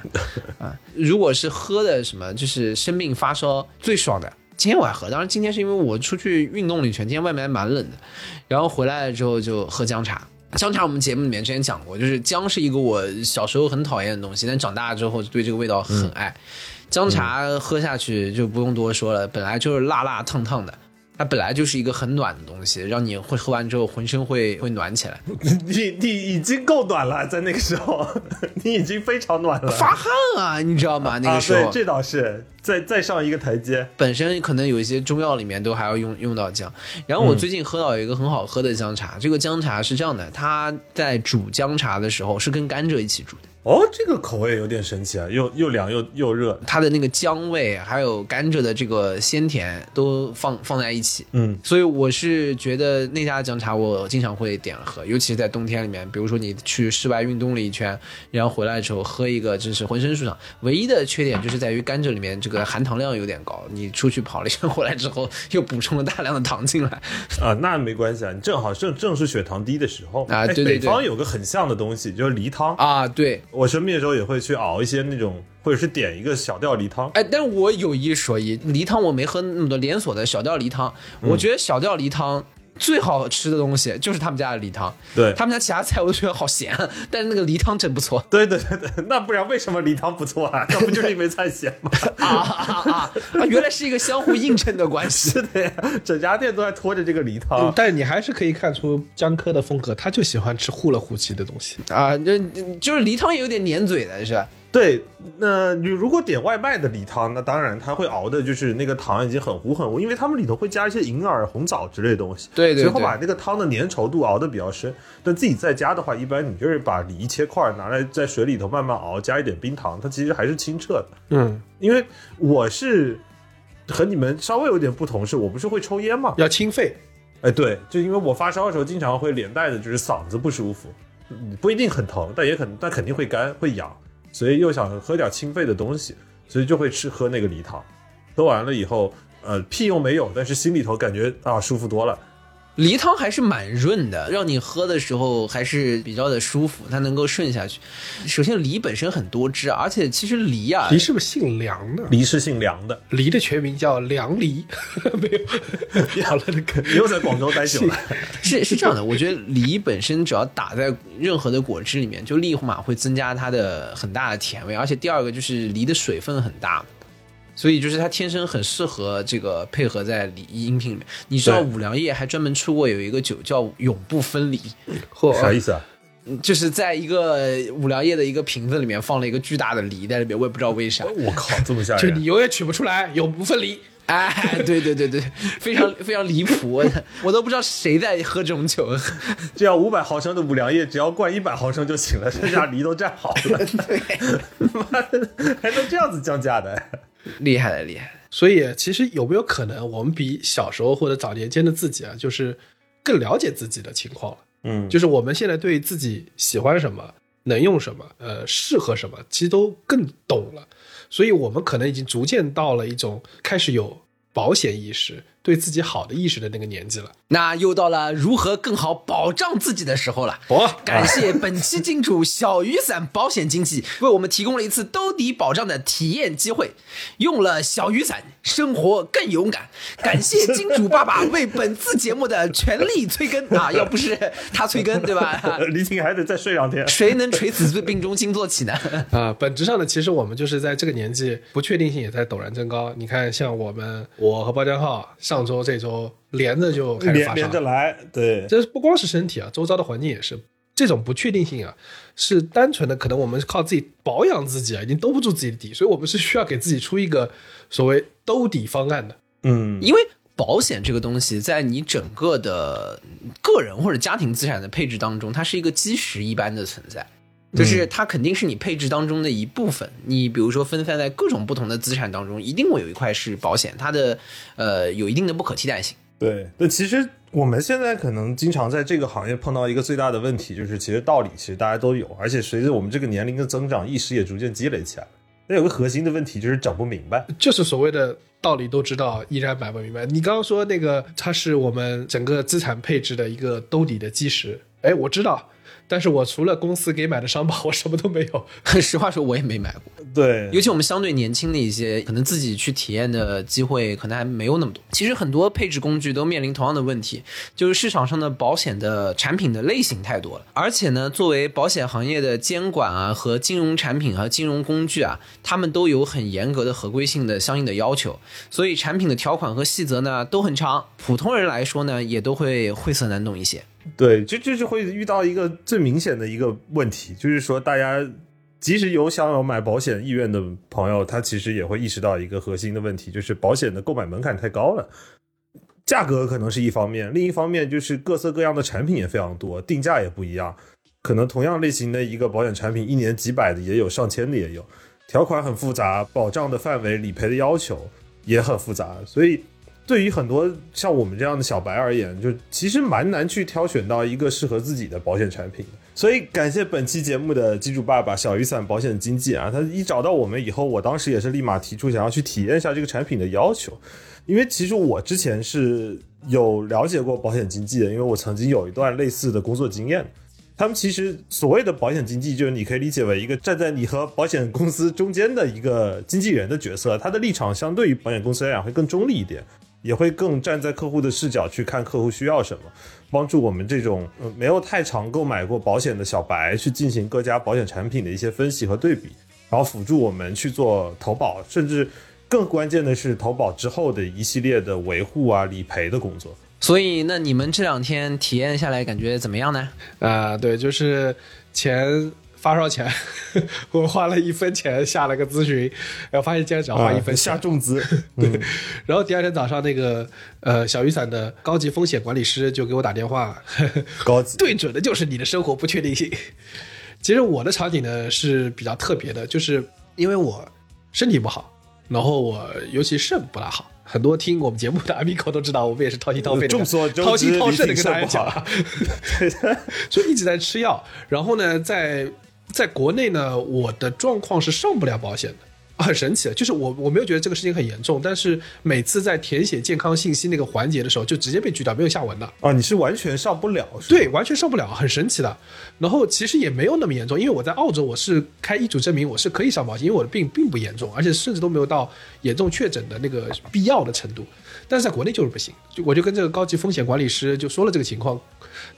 啊，如果是喝的什么，就是生病发烧最爽的。今天我还喝，当然今天是因为我出去运动了一圈，今天外面还蛮冷的，然后回来了之后就喝姜茶香茶，我们节目里面之前讲过，就是姜是一个我小时候很讨厌的东西，但长大之后对这个味道很爱。姜茶喝下去就不用多说了，本来就是辣辣烫烫的，它本来就是一个很暖的东西，让你会喝完之后浑身会会暖起来，你你已经够暖了，在那个时候， [laughs] 你已经非常暖了。发汗啊，你知道吗？那个时候、啊、对，这倒是再再上一个台阶。本身可能有一些中药里面都还要用用到姜。然后嗯我最近喝到有一个很好喝的姜茶，这个姜茶是这样的，它在煮姜茶的时候是跟甘蔗一起煮的，哦，这个口味有点神奇啊，又又凉又又热。它的那个姜味还有甘蔗的这个鲜甜都放放在一起。嗯，所以我是觉得那家姜茶我经常会点了喝，尤其是在冬天里面，比如说你去室外运动了一圈，然后回来之后喝一个，真是浑身舒畅。唯一的缺点就是在于甘蔗里面这个含糖量有点高，你出去跑了一 [laughs] 圈回来之后又补充了大量的糖进来。啊，那没关系啊，你正好正正是血糖低的时候啊哎对对对北方有个很像的东西，就是梨汤。 [laughs] 啊，对，我生病的时候也会去熬一些那种，或者是点一个小吊梨汤。哎，但我有一说一，梨汤我没喝那么多连锁的小吊梨汤，嗯我觉得小吊啊梨汤。最好吃的东西就是他们家的梨汤，对他们家其他菜我都觉得好咸，啊但是那个梨汤真不错对对对对，那不然为什么梨汤不错啊？那不就是因为菜咸吗？啊啊啊啊！啊原来是一个相互映衬的关 [laughs] 系是的呀，整家店都在拖着这个梨嗯汤。但你还是可以看出江科的风格，他就喜欢吃糊了糊气的东西。啊，就就是梨汤也有点粘嘴的是吧？对，那你如果点外卖的梨汤，那当然它会熬的就是那个糖已经很糊很糊，因为他们里头会加一些银耳、红枣之类的东西，对对所以会对把那个汤的粘稠度熬的比较深。但自己在家的话，一般你就是把梨切块儿拿来在水里头慢慢熬，加一点冰糖，它其实还是清澈的。嗯，因为我是和你们稍微有点不同，是我不是会抽烟嘛？要清肺。哎，对，就因为我发烧的时候，经常会连带的就是嗓子不舒服，嗯不一定很疼，但也肯但肯定会干会痒，所以又想喝点清肺的东西，所以就会吃喝那个梨汤，喝完了以后，呃，屁用没有，但是心里头感觉啊舒服多了。梨汤还是蛮润的，让你喝的时候还是比较的舒服，它能够顺下去。首先，梨本身很多汁，而且其实梨啊，梨是不是姓梁呢？哎梨是姓梁的，梨的全名叫梁梨， [laughs] 没有， [laughs] 好了，那个你又在广州待久了，是是这样的，我觉得梨本身只要打在任何的果汁里面，就立马会增加它的很大的甜味，而且第二个就是梨的水分很大，所以就是它天生很适合这个配合在梨饮品里面。你知道对五粮液还专门出过有一个酒叫永不分离， [laughs] 啥意思啊？就是在一个五粮液的一个瓶子里面放了一个巨大的梨在里面，我也不知道为啥。我靠，这么吓就你人！永远取不出来，永不分离。哎，对对对对，非常非常离谱，我我都不知道谁在喝这种酒。这样五百毫升的五粮液，只要灌一百毫升就行了，剩下梨都蘸好了。妈的，还能这样子降价的？厉害了，厉害了！所以，其实有没有可能，我们比小时候或者早年间的自己啊，就是更了解自己的情况了？嗯，就是我们现在对自己喜欢什么、能用什么、呃，适合什么，其实都更懂了。所以，我们可能已经逐渐到了一种开始有保险意识、对自己好的意识的那个年纪了。那又到了如何更好保障自己的时候了。哦，感谢本期金主小雨伞保险经纪为我们提供了一次兜底保障的体验机会。用了小雨伞，生活更勇敢。感谢金主爸爸为本次节目的全力催更啊！要不是他催更，对吧？ [laughs] 李挺还得再睡 [laughs] 两天。谁能垂死病中惊坐起呢？啊，本质上呢，其实我们就是在这个年纪，不确定性也在陡然增高。你看，像我们，我和包江浩上周、这周连着就开始连发连着烧，来，对，这不光是身体啊，周遭的环境也是。这种不确定性啊，是单纯的可能我们靠自己保养自己啊，已经兜不住自己的底，所以我们是需要给自己出一个所谓兜底方案的。嗯，因为保险这个东西，在你整个的个人或者家庭资产的配置当中，它是一个基石一般的存在，就是它肯定是你配置当中的一部分。你比如说分散在各种不同的资产当中，一定会有一块是保险，它的呃有一定的不可替代性。 [laughs] 对。那其实我们现在可能经常在这个行业碰到一个最大的问题，就是其实道理其实大家都有，而且随着我们这个年龄的增长，意识也逐渐积累起来了。那有个核心的问题就是整不明白，就是所谓的道理都知道，依然买不明白。你刚刚说那个，它是我们整个资产配置的一个兜底的基石。哎，我知道，但是我除了公司给买的商保，我什么都没有。实话说，我也没买过。对，尤其我们相对年轻的一些，可能自己去体验的机会可能还没有那么多。其实很多配置工具都面临同样的问题，就是市场上的保险的产品的类型太多了，而且呢，作为保险行业的监管啊和金融产品和金融工具啊，他们都有很严格的合规性的相应的要求，所以产品的条款和细则呢都很长，普通人来说呢也都会晦涩难懂一些。对，就就是会遇到一个最明显的一个问题，就是说大家即使有想有买保险意愿的朋友，他其实也会意识到一个核心的问题，就是保险的购买门槛太高了。价格可能是一方面，另一方面就是各色各样的产品也非常多，定价也不一样。可能同样类型的一个保险产品，一年几百的也有，上千的也有。条款很复杂，保障的范围、理赔的要求也很复杂，所以对于很多像我们这样的小白而言，就其实蛮难去挑选到一个适合自己的保险产品的。所以感谢本期节目的金主爸爸小雨伞保险经纪啊，他一找到我们以后，我当时也是立马提出想要去体验一下这个产品的要求，因为其实我之前是有了解过保险经纪的，因为我曾经有一段类似的工作经验。他们其实所谓的保险经纪，就是你可以理解为一个站在你和保险公司中间的一个经纪人的角色，他的立场相对于保险公司来讲会更中立一点，也会更站在客户的视角去看客户需要什么，帮助我们这种、呃、没有太常购买过保险的小白去进行各家保险产品的一些分析和对比，然后辅助我们去做投保，甚至更关键的是投保之后的一系列的维护啊、理赔的工作。所以，那你们这两天体验下来感觉怎么样呢？啊、对，就是钱发烧钱， [laughs] 我花了一分钱下了个咨询，然后发现竟然只要花一分啊钱。下重资，对，然后第二天早上那个呃小雨伞的高级风险管理师就给我打电话， [laughs] 高级对准的就是你的生活不确定性。其实我的场景呢是比较特别的，就是因为我身体不好，然后我尤其肾不大好。很多听我们节目的 Amigo 都知道，我们也是掏心掏肺的，众所周知掏心掏肾的跟大家李挺肾讲不啊， [laughs] 所以一直在吃药。然后呢，在在国内呢，我的状况是上不了保险的。啊很神奇的，就是我我没有觉得这个事情很严重，但是每次在填写健康信息那个环节的时候，就直接被拒掉，没有下文的。啊，你是完全上不了，是吧对，完全上不了，很神奇的。然后其实也没有那么严重，因为我在澳洲，我是开医嘱证明，我是可以上保险，因为我的病并不严重，而且甚至都没有到严重确诊的那个必要的程度。但是在国内就是不行，就我就跟这个高级风险管理师就说了这个情况，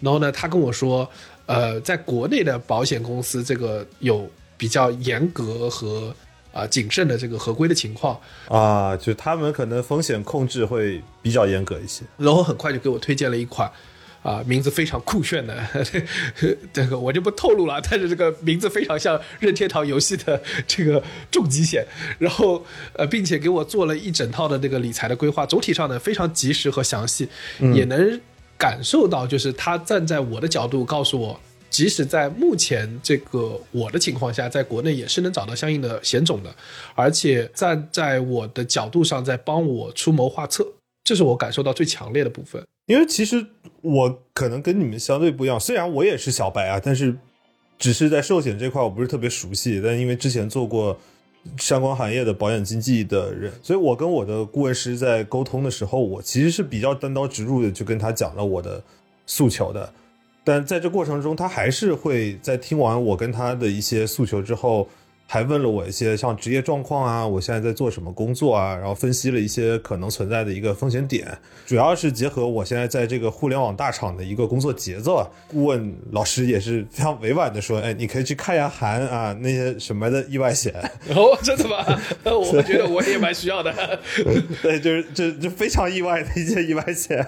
然后呢，他跟我说，呃，在国内的保险公司这个有比较严格和啊、呃谨慎的这个合规的情况，啊，就他们可能风险控制会比较严格一些。然后很快就给我推荐了一款。啊，名字非常酷炫的， [laughs] 这个我就不透露了。但是这个名字非常像任天堂游戏的这个重疾险，然后呃，并且给我做了一整套的这个理财的规划，总体上呢非常及时和详细，也能感受到就是他站在我的角度告诉我，即使在目前这个我的情况下，在国内也是能找到相应的险种的，而且站在我的角度上在帮我出谋划策，这是我感受到最强烈的部分。因为其实我可能跟你们相对不一样，虽然我也是小白啊，但是只是在寿险这块我不是特别熟悉，但因为之前做过相关行业的保险经纪的人，所以我跟我的顾问师在沟通的时候，我其实是比较单刀直入的就跟他讲了我的诉求的。但在这过程中，他还是会在听完我跟他的一些诉求之后，还问了我一些像职业状况啊，我现在在做什么工作啊，然后分析了一些可能存在的一个风险点，主要是结合我现在在这个互联网大厂的一个工作节奏啊。顾问老师也是非常委婉的说，哎，你可以去看一下韩啊那些什么的意外险， [laughs] 哦，真 [laughs] 的吗？我觉得我也蛮需要 [laughs] 的。对，就是这这非常意外的一件意外险，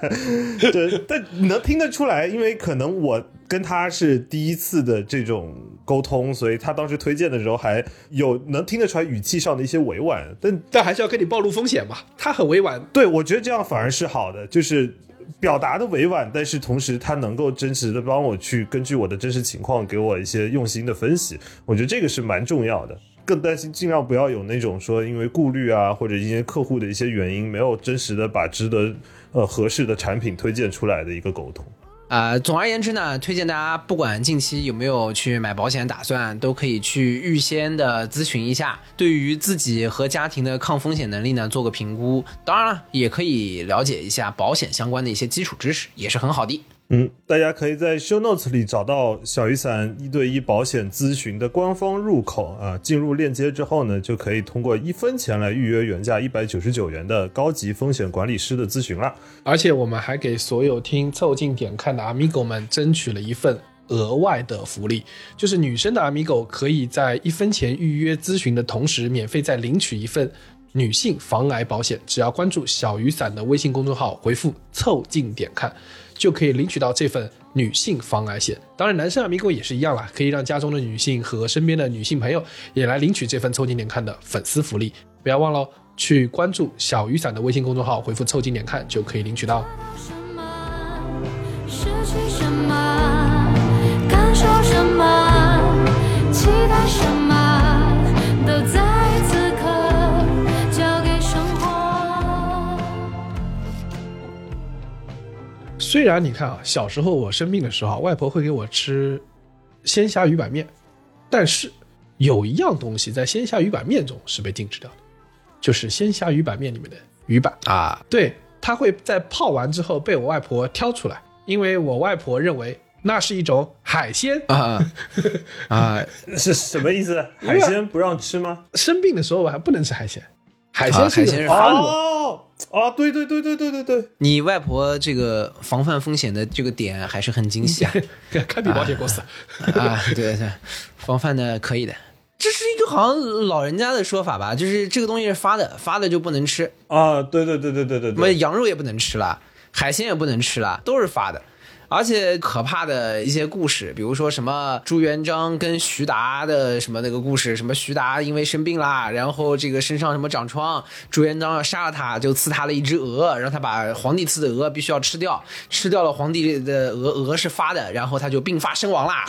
对，但你能听得出来，因为可能我跟他是第一次的这种沟通，所以他当时推荐的时候还有能听得出来语气上的一些委婉，但但还是要跟你暴露风险嘛。他很委婉，对我觉得这样反而是好的，就是表达的委婉，但是同时他能够真实的帮我去根据我的真实情况给我一些用心的分析，我觉得这个是蛮重要的。更担心尽量不要有那种说因为顾虑啊，或者一些客户的一些原因，没有真实的把值得呃合适的产品推荐出来的一个沟通。啊，总而言之呢，推荐大家不管近期有没有去买保险的打算，都可以去预先的咨询一下，对于自己和家庭的抗风险能力呢做个评估。当然了，也可以了解一下保险相关的一些基础知识，也是很好的。嗯，大家可以在 show notes 里找到小雨伞一对一保险咨询的官方入口啊，进入链接之后呢，就可以通过一分钱来预约原价一百九十九元的高级风险管理师的咨询啦。而且我们还给所有听凑近点看的 Amigo 们争取了一份额外的福利，就是女生的 Amigo 可以在一分钱预约咨询的同时，免费再领取一份女性防癌保险。只要关注小雨伞的微信公众号，回复“凑近点看”，就可以领取到这份女性防癌险。当然，男生 Amigo 也是一样啦，可以让家中的女性和身边的女性朋友也来领取这份凑近点看的粉丝福利。不要忘了哦去关注小雨伞的微信公众号，回复“凑近点看”就可以领取到。什么？失去什么？感受什么？期待什么？都在此刻交给生活。虽然你看啊，小时候我生病的时候啊，外婆会给我吃鲜虾鱼板面，但是有一样东西在鲜虾鱼板面中是被禁止掉的，就是鲜虾鱼板面里面的鱼板。啊，对，它会在泡完之后被我外婆挑出来，因为我外婆认为那是一种海鲜。啊啊！ [laughs] 是什么意思？海鲜不让吃吗？ [laughs] 生病的时候我还不能吃海鲜，海啊鲜是一海鲜种是发裸。哦哦，对对对对对对对，你外婆这个防范风险的这个点还是很 [laughs] 精细啊堪比保险公司。啊！对对，防范的可以的。这是一个好像老人家的说法吧，就是这个东西是发的，发的就不能吃，啊，对对对对对对什么对，羊肉也不能吃了，海鲜也不能吃了，都是发的。而且可怕的一些故事，比如说什么朱元璋跟徐达的什么那个故事，什么徐达因为生病啦，然后这个身上什么长疮，朱元璋要杀了他，就赐他了一只鹅，让他把皇帝赐的鹅必须要吃掉，吃掉了皇帝的鹅，鹅是发的，然后他就病发身亡啦。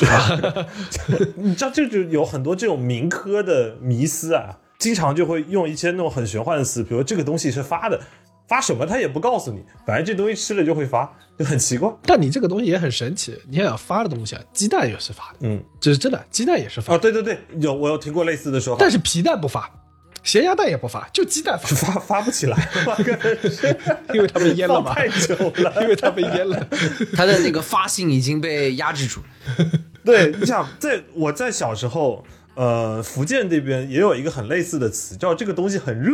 你知道这就有很多这种民科的迷思啊，经常就会用一些那种很玄幻的词，比如说这个东西是发的，发什么他也不告诉你，反正这东西吃了就会发，就很奇怪。但你这个东西也很神奇，你想想发的东西啊，鸡蛋也是发的，嗯，这是真的，鸡蛋也是发啊，的，对对对，有我有听过类似的说法，但，是皮蛋不发，咸鸭蛋也不发，就鸡蛋发 [laughs] 发发不起来，妈个是 [laughs] 因为它被淹了放嘛，太久了，因为它被淹了。他的那个发性已经被压制住了。 [laughs] 对，你想，在我在小时候，呃，福建那边也有一个很类似的词，叫这个东西很热，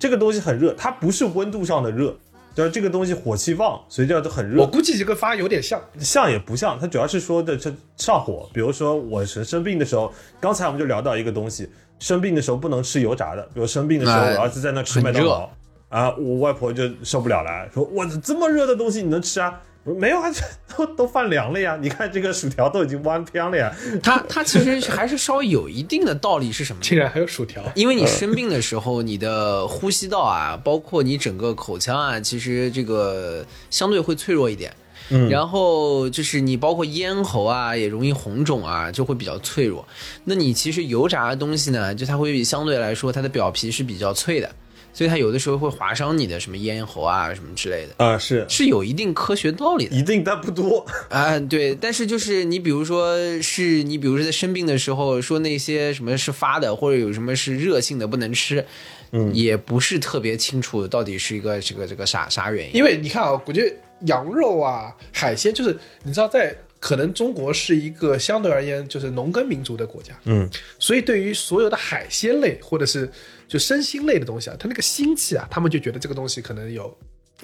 这个东西很热，它不是温度上的热，叫这个东西火气旺，所以叫它很 [laughs] 我热。估计这个发有点像，像也不像，它主要是说的这上火。比如说我是生病的时候，刚才我们就聊到一个东西，生病的时候不能吃油炸的，比如生病的时候，哎我要是在那吃麦当劳。啊，我外婆就受不了了，说：“我这么热的东西你能吃啊？”我说：“没有啊， [laughs] 这都都泛凉了呀！你看这个薯条都已经弯偏了呀。”他他其实还是稍微有一定的道理是什么呢？竟然还有薯条。因为你生病的时候，你的呼吸道啊，包括你整个口腔啊，其实这个相对会脆弱一点。嗯，然后就是你包括咽喉啊，也容易红肿啊，就会比较脆弱。那你其实油炸的东西呢，就它会相对来说它的表皮是比较脆的，所以它有的时候会划伤你的什么咽喉啊什么之类的，啊、是是有一定科学道理的。一定，但不多。啊，对，但是就是你，比如说是你，比如说在生病的时候说那些什么是发的，或者有什么是热性的不能吃，嗯，也不是特别清楚到底是一个这个这个啥啥原因。因为你看啊，我觉得羊肉啊、海鲜，就是你知道在。可能中国是一个相对而言就是农耕民族的国家，嗯，所以对于所有的海鲜类或者是就身心类的东西啊，它那个腥气啊，他们就觉得这个东西可能有，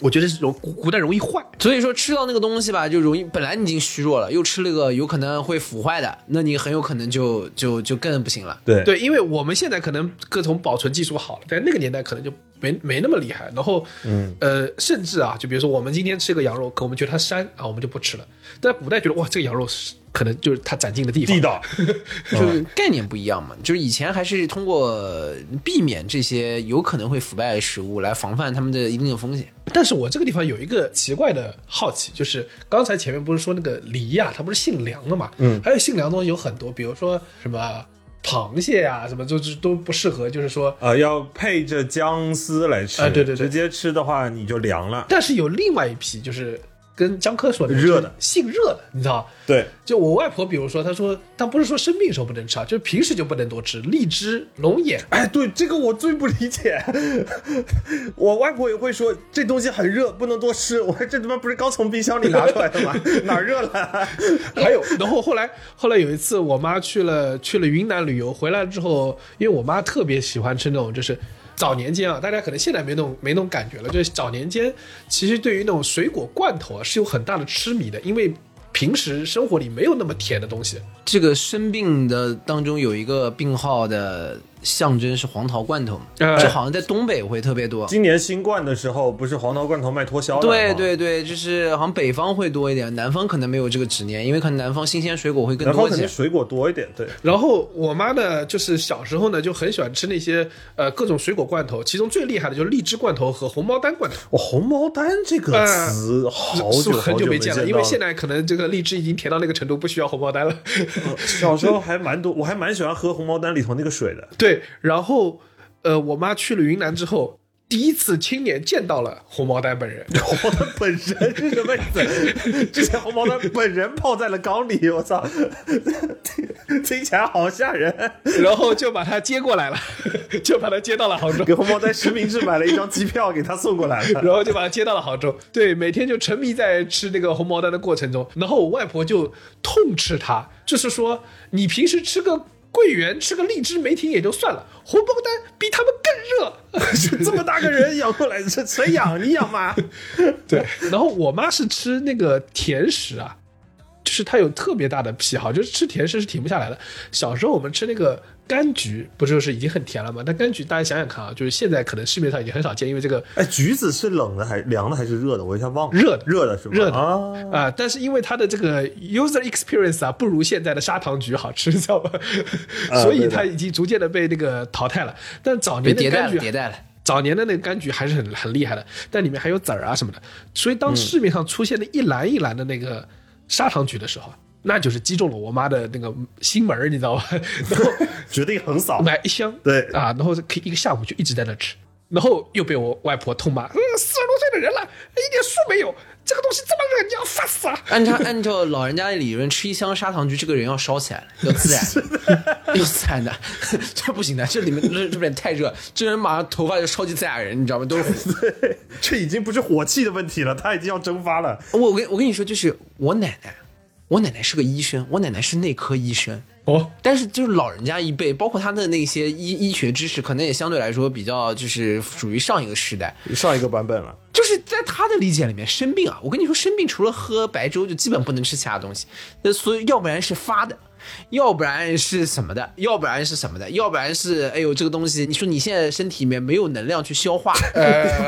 我觉得是容古古代容易坏，所以说吃到那个东西吧，就容易本来你已经虚弱了，又吃了个有可能会腐坏的，那你很有可能就就就更不行了。对对，因为我们现在可能各种保存技术好了，但那个年代可能就没没那么厉害。然后，嗯，呃，甚至啊，就比如说我们今天吃个羊肉，可我们觉得它膻啊，我们就不吃了。但古代觉得哇，这个羊肉是可能就是它斩尽的地方，地道，就是概念不一样嘛，就是以前还是通过避免这些有可能会腐败的食物来防范它们的一定的风险。但是我这个地方有一个奇怪的好奇，就是刚才前面不是说那个梨呀、它不是姓梁的嘛？嗯，还有姓梁的东西有很多，比如说什么螃蟹呀、什么就就都不适合，就是说。呃，要配着姜丝来吃。啊对对对直接吃的话你就凉了。但是有另外一批，就是跟江科说的，热的就是性热的，你知道吧？对，就我外婆，比如说，她说，但不是说生病的时候不能吃啊，就是平时就不能多吃荔枝、龙眼。哎，对，这个我最不理解。 [laughs] 我外婆也会说这东西很热，不能多吃。我说这他妈不是刚从冰箱里拿出来的吗？哪儿热了？ [laughs] 还有，然后后来后来有一次，我妈去了去了云南旅游，回来之后，因为我妈特别喜欢吃那种就是。早年间啊，大家可能现在没那种没那种感觉了。就是早年间，其实对于那种水果罐头啊是有很大的痴迷的，因为平时生活里没有那么甜的东西。这个生病的当中有一个病号的象征是黄桃罐头嘛，哎这好像在东北会特别多。今年新冠的时候，不是黄桃罐头卖脱销了吗？对对对，就是好像北方会多一点，南方可能没有这个执念，因为可能南方新鲜水果会更南方多一肯定些。水果多一点，对，然后我妈呢，就是小时候呢就很喜欢吃那些呃各种水果罐头，其中最厉害的就是荔枝罐头和红毛丹罐头。我、红毛丹这个词好嗯是久不是很久没见了，因为现在在可能这个荔枝已经甜到那个程度，不需要红毛丹了。 [laughs] 小时候还蛮多，我还蛮喜欢喝红毛丹里头那个水的。 [laughs] 对，然后呃，我妈去了云南之后，第一次亲眼见到了红毛丹本人。 [laughs] 红毛丹本人是什么意思？之前红毛丹本人泡在了缸里，我操， [laughs] 听听起来好吓人。然后就把他接过来了， [laughs] 就把他接到了杭州给，红毛丹实名制买了一张机票，给他送过来了。然后就把他接到了杭州。对，每天就沉迷在吃那个红毛丹的过程中，然后我外婆就痛斥他，就是说你平时吃个。桂圆吃个荔枝梅婷也就算了，红毛丹比他们更热， [laughs] 就这么大个 [laughs] 人养过来，这谁养？你养吗？ [laughs] 对，然后我妈是吃那个甜食啊，就是她有特别大的癖好，就是吃甜食是停不下来的。小时候我们吃那个柑橘，不就是已经很甜了吗？但柑橘大家想想看啊，就是现在可能市面上已经很少见，因为这个哎，橘子是冷的还是凉的还是热的？我一下忘了。热的热的是吗？热的啊。啊、但是因为它的这个 user experience 啊，不如现在的砂糖橘好吃，你知道吧？[laughs] 啊所以对的它已经逐渐的被那个淘汰了。但早被年的迭代柑橘了，迭代了。早年的那个柑橘还是很很厉害的，但里面还有籽儿啊什么的。所以当市面上出现的一篮一篮的那个砂糖橘的时候，那就是击中了我妈的那个心门儿，你知道吧？ [laughs] 然后决定横扫。买一箱，对啊，然后可以一个下午就一直在那吃，然后又被我外婆痛骂，嗯，四十多岁的人了，哎一点素没有，这个东西这么热，你要烦死啊！按照按照老人家的理论，吃一箱砂糖橘，这个人要烧起来了，要自燃， [laughs] 要自燃的， [laughs] 这不行的，这里面这这边太热，这人马上头发就烧起自然人，你知道吗？ [laughs] 都是火对，这已经不是火气的问题了，它已经要蒸发了。我我跟我跟你说，就是我奶奶，我奶奶是个医生，我奶奶是内科医生。哦，但是就是老人家一辈，包括他的那些医医学知识，可能也相对来说比较就是属于上一个时代。上一个版本了，就是在他的理解里面，生病啊，我跟你说，生病除了喝白粥，就基本不能吃其他东西。那所以要不然是发的，要不然是什么的，要不然是什么的，要不然是哎呦这个东西，你说你现在身体里面没有能量去消化， [laughs]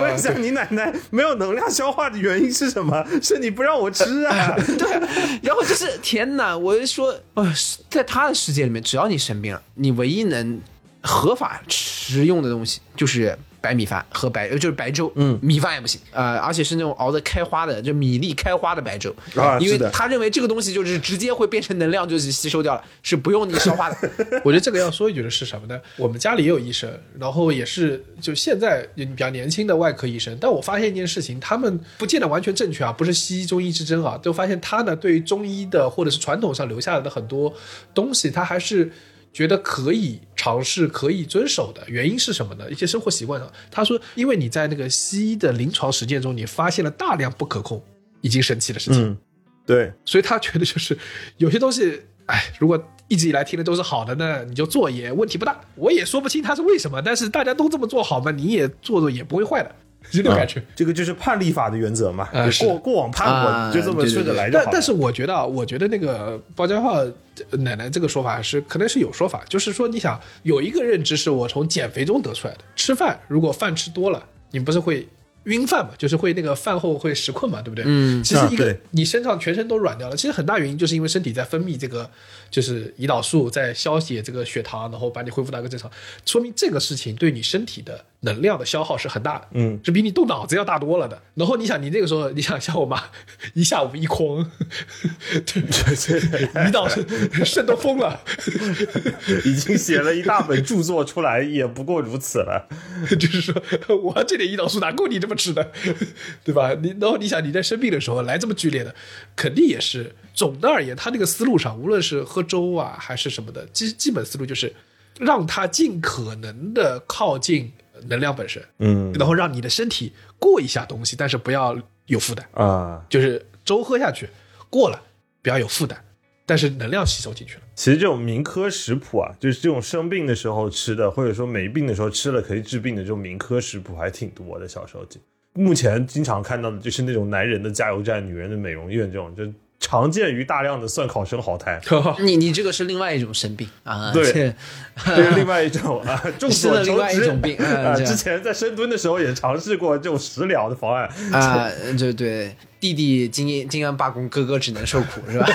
问一下你奶奶没有能量消化的原因是什么？是你不让我吃啊？对， [laughs] 然后就是天哪！我就说，呃，是在他的世界里面，只要你生病了，你唯一能合法食用的东西就是白米饭和白，呃就是白粥，嗯，米饭也不行，呃，而且是那种熬的开花的，就米粒开花的白粥，啊因为是的他认为这个东西就是直接会变成能量，就是吸收掉了，是不用你消 [laughs] 化的。 [laughs] 我觉得这个要说一句的是什么呢？我们家里也有医生，然后也是就现在比较年轻的外科医生，但我发现一件事情，他们不见得完全正确啊，不是西医中医之争啊，就发现他呢对于中医的或者是传统上留下来的很多东西，他还是。觉得可以尝试、可以遵守的原因是什么呢？一些生活习惯上，啊他说，因为你在那个西医的临床实践中，你发现了大量不可控、已经神奇的事情，嗯，对，所以他觉得就是有些东西，哎，如果一直以来听的都是好的呢，你就做也问题不大。我也说不清他是为什么，但是大家都这么做好嘛，你也做做也不会坏的，嗯就那种感觉。这个就是判例法的原则嘛。啊就是过过往判过，啊你就这么顺着来就但好了。但是我觉得啊，我觉得那个包家浩呃奶奶这个说法是可能是有说法，就是说你想有一个认知是我从减肥中得出来的，吃饭如果饭吃多了，你不是会。晕饭嘛，就是会那个饭后会食困嘛，对不对？嗯，其实一啊个、对你身上全身都软掉了，其实很大原因就是因为身体在分泌这个就是胰岛素在消解这个血糖，然后把你恢复到一个正常，说明这个事情对你身体的能量的消耗是很大的，嗯是比你动脑子要大多了的。然后你想，你那个时候，你想像我妈一下午一 [laughs] 筐， [laughs] 对，胰岛肾肾都疯了， [laughs] 已经写了一大本著作出来，也不过如此了。 [laughs] 就是说我这点胰岛素哪够你这么吃的， [laughs] 对吧？你然后你想你在生病的时候来这么剧烈的，肯定也是总的而言，他那个思路上，无论是喝粥啊还是什么的，基基本思路就是让它尽可能的靠近能量本身，嗯然后让你的身体过一下东西，但是不要有负担，啊，就是粥喝下去过了，不要有负担，但是能量吸收进去了。其实这种民科食谱啊，就是这种生病的时候吃的，或者说没病的时候吃了可以治病的这种民科食谱还挺多的。小时候就目前经常看到的就是那种男人的加油站、女人的美容院这种，就常见于大量的蒜烤生 [laughs] 蚝摊。你你这个是另外一种生病啊，对这这是另外一种啊，众是所的周另外一知种病啊啊。这样之前在深蹲的时候也尝试过这种食疗的方案，啊，对对，弟弟今今晚罢工，哥哥只能受苦是吧？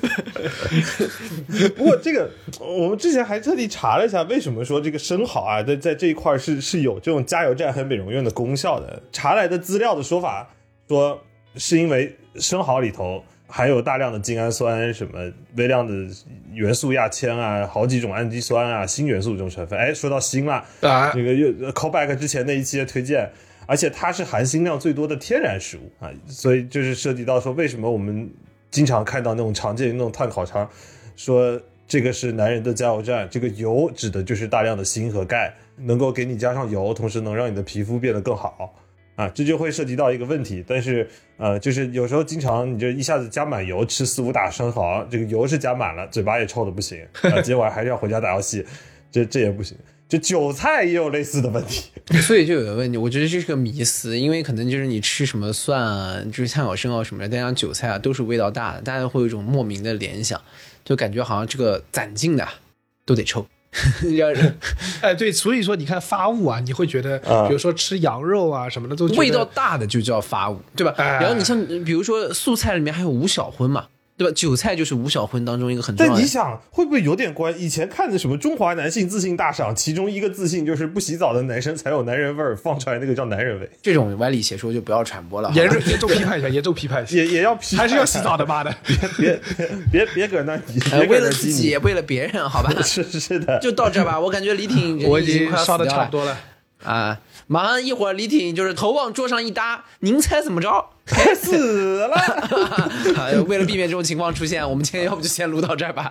[laughs] [laughs] 不过这个，我们之前还特地查了一下，为什么说这个生蚝啊，在在这一块儿是是有这种加油站和美容院的功效的。查来的资料的说法说，是因为生蚝里头含有大量的精氨酸、什么微量的元素亚铅啊，好几种氨基酸啊、锌元素这种成分。哎，说到锌啦，啊这个又呃 callback 之前那一期的推荐，而且它是含锌量最多的天然食物啊，所以就是涉及到说为什么我们经常看到那种常见于那种碳烤肠，说这个是男人的加油站，这个油指的就是大量的锌和钙，能够给你加上油，同时能让你的皮肤变得更好。啊，这就会涉及到一个问题，但是呃，就是有时候经常你就一下子加满油吃四五打生蚝，这个油是加满了，嘴巴也臭的不行，啊，今晚还是要回家打游戏，这这也不行。就韭菜也有类似的问题， [laughs] 所以就有个问题，我觉得这是个迷思，因为可能就是你吃什么蒜啊，就是碳烤生蚝什么的，再加上韭菜啊，都是味道大的，大家会有一种莫名的联想，就感觉好像这个攒劲的啊都得臭， [laughs] 要 [laughs] 哎，对，所以说你看发物啊，你会觉得，啊比如说吃羊肉啊什么的，都觉得味道大的就叫发物，对吧？哎然后你像比如说素菜里面还有五小荤嘛，对吧？韭菜就是五小荤当中一个很重要但的你。想会不会有点关？以前看的什么《中华男性自信大赏》，其中一个自信就是不洗澡的男生才有男人味儿，放出来那个叫男人味，这种歪理邪说就不要传播了。严 [laughs] 重严重批判一下，严重批判一下，也也要批判还是要洗澡的， [laughs] 妈的！别 [laughs] 别别别搁那，呃别为搁了那自激己，也你，，为了别人，好吧 [laughs] [laughs] 是是是的，就到这儿吧。我感觉李挺 [laughs] 人我已经快要烧的死掉了差不多了，啊！马上一会儿，李挺就是头往桌上一搭，您猜怎么 [laughs] 着？[laughs] 死了。啊为了避免这种情况出现，我们今天要不就先录到这儿吧。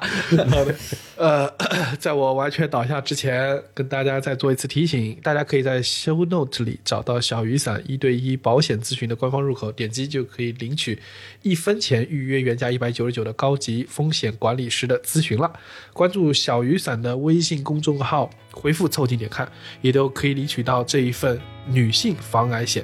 好的，呃，在我完全倒下之前，跟大家再做一次提醒，大家可以在 show note 里找到小雨伞一对一保险咨询的官方入口，点击就可以领取一分钱预约原价一百九十九的高级风险管理师的咨询了。关注小雨伞的微信公众号，回复“凑近点看”，也都可以领取到这一份女性防癌险。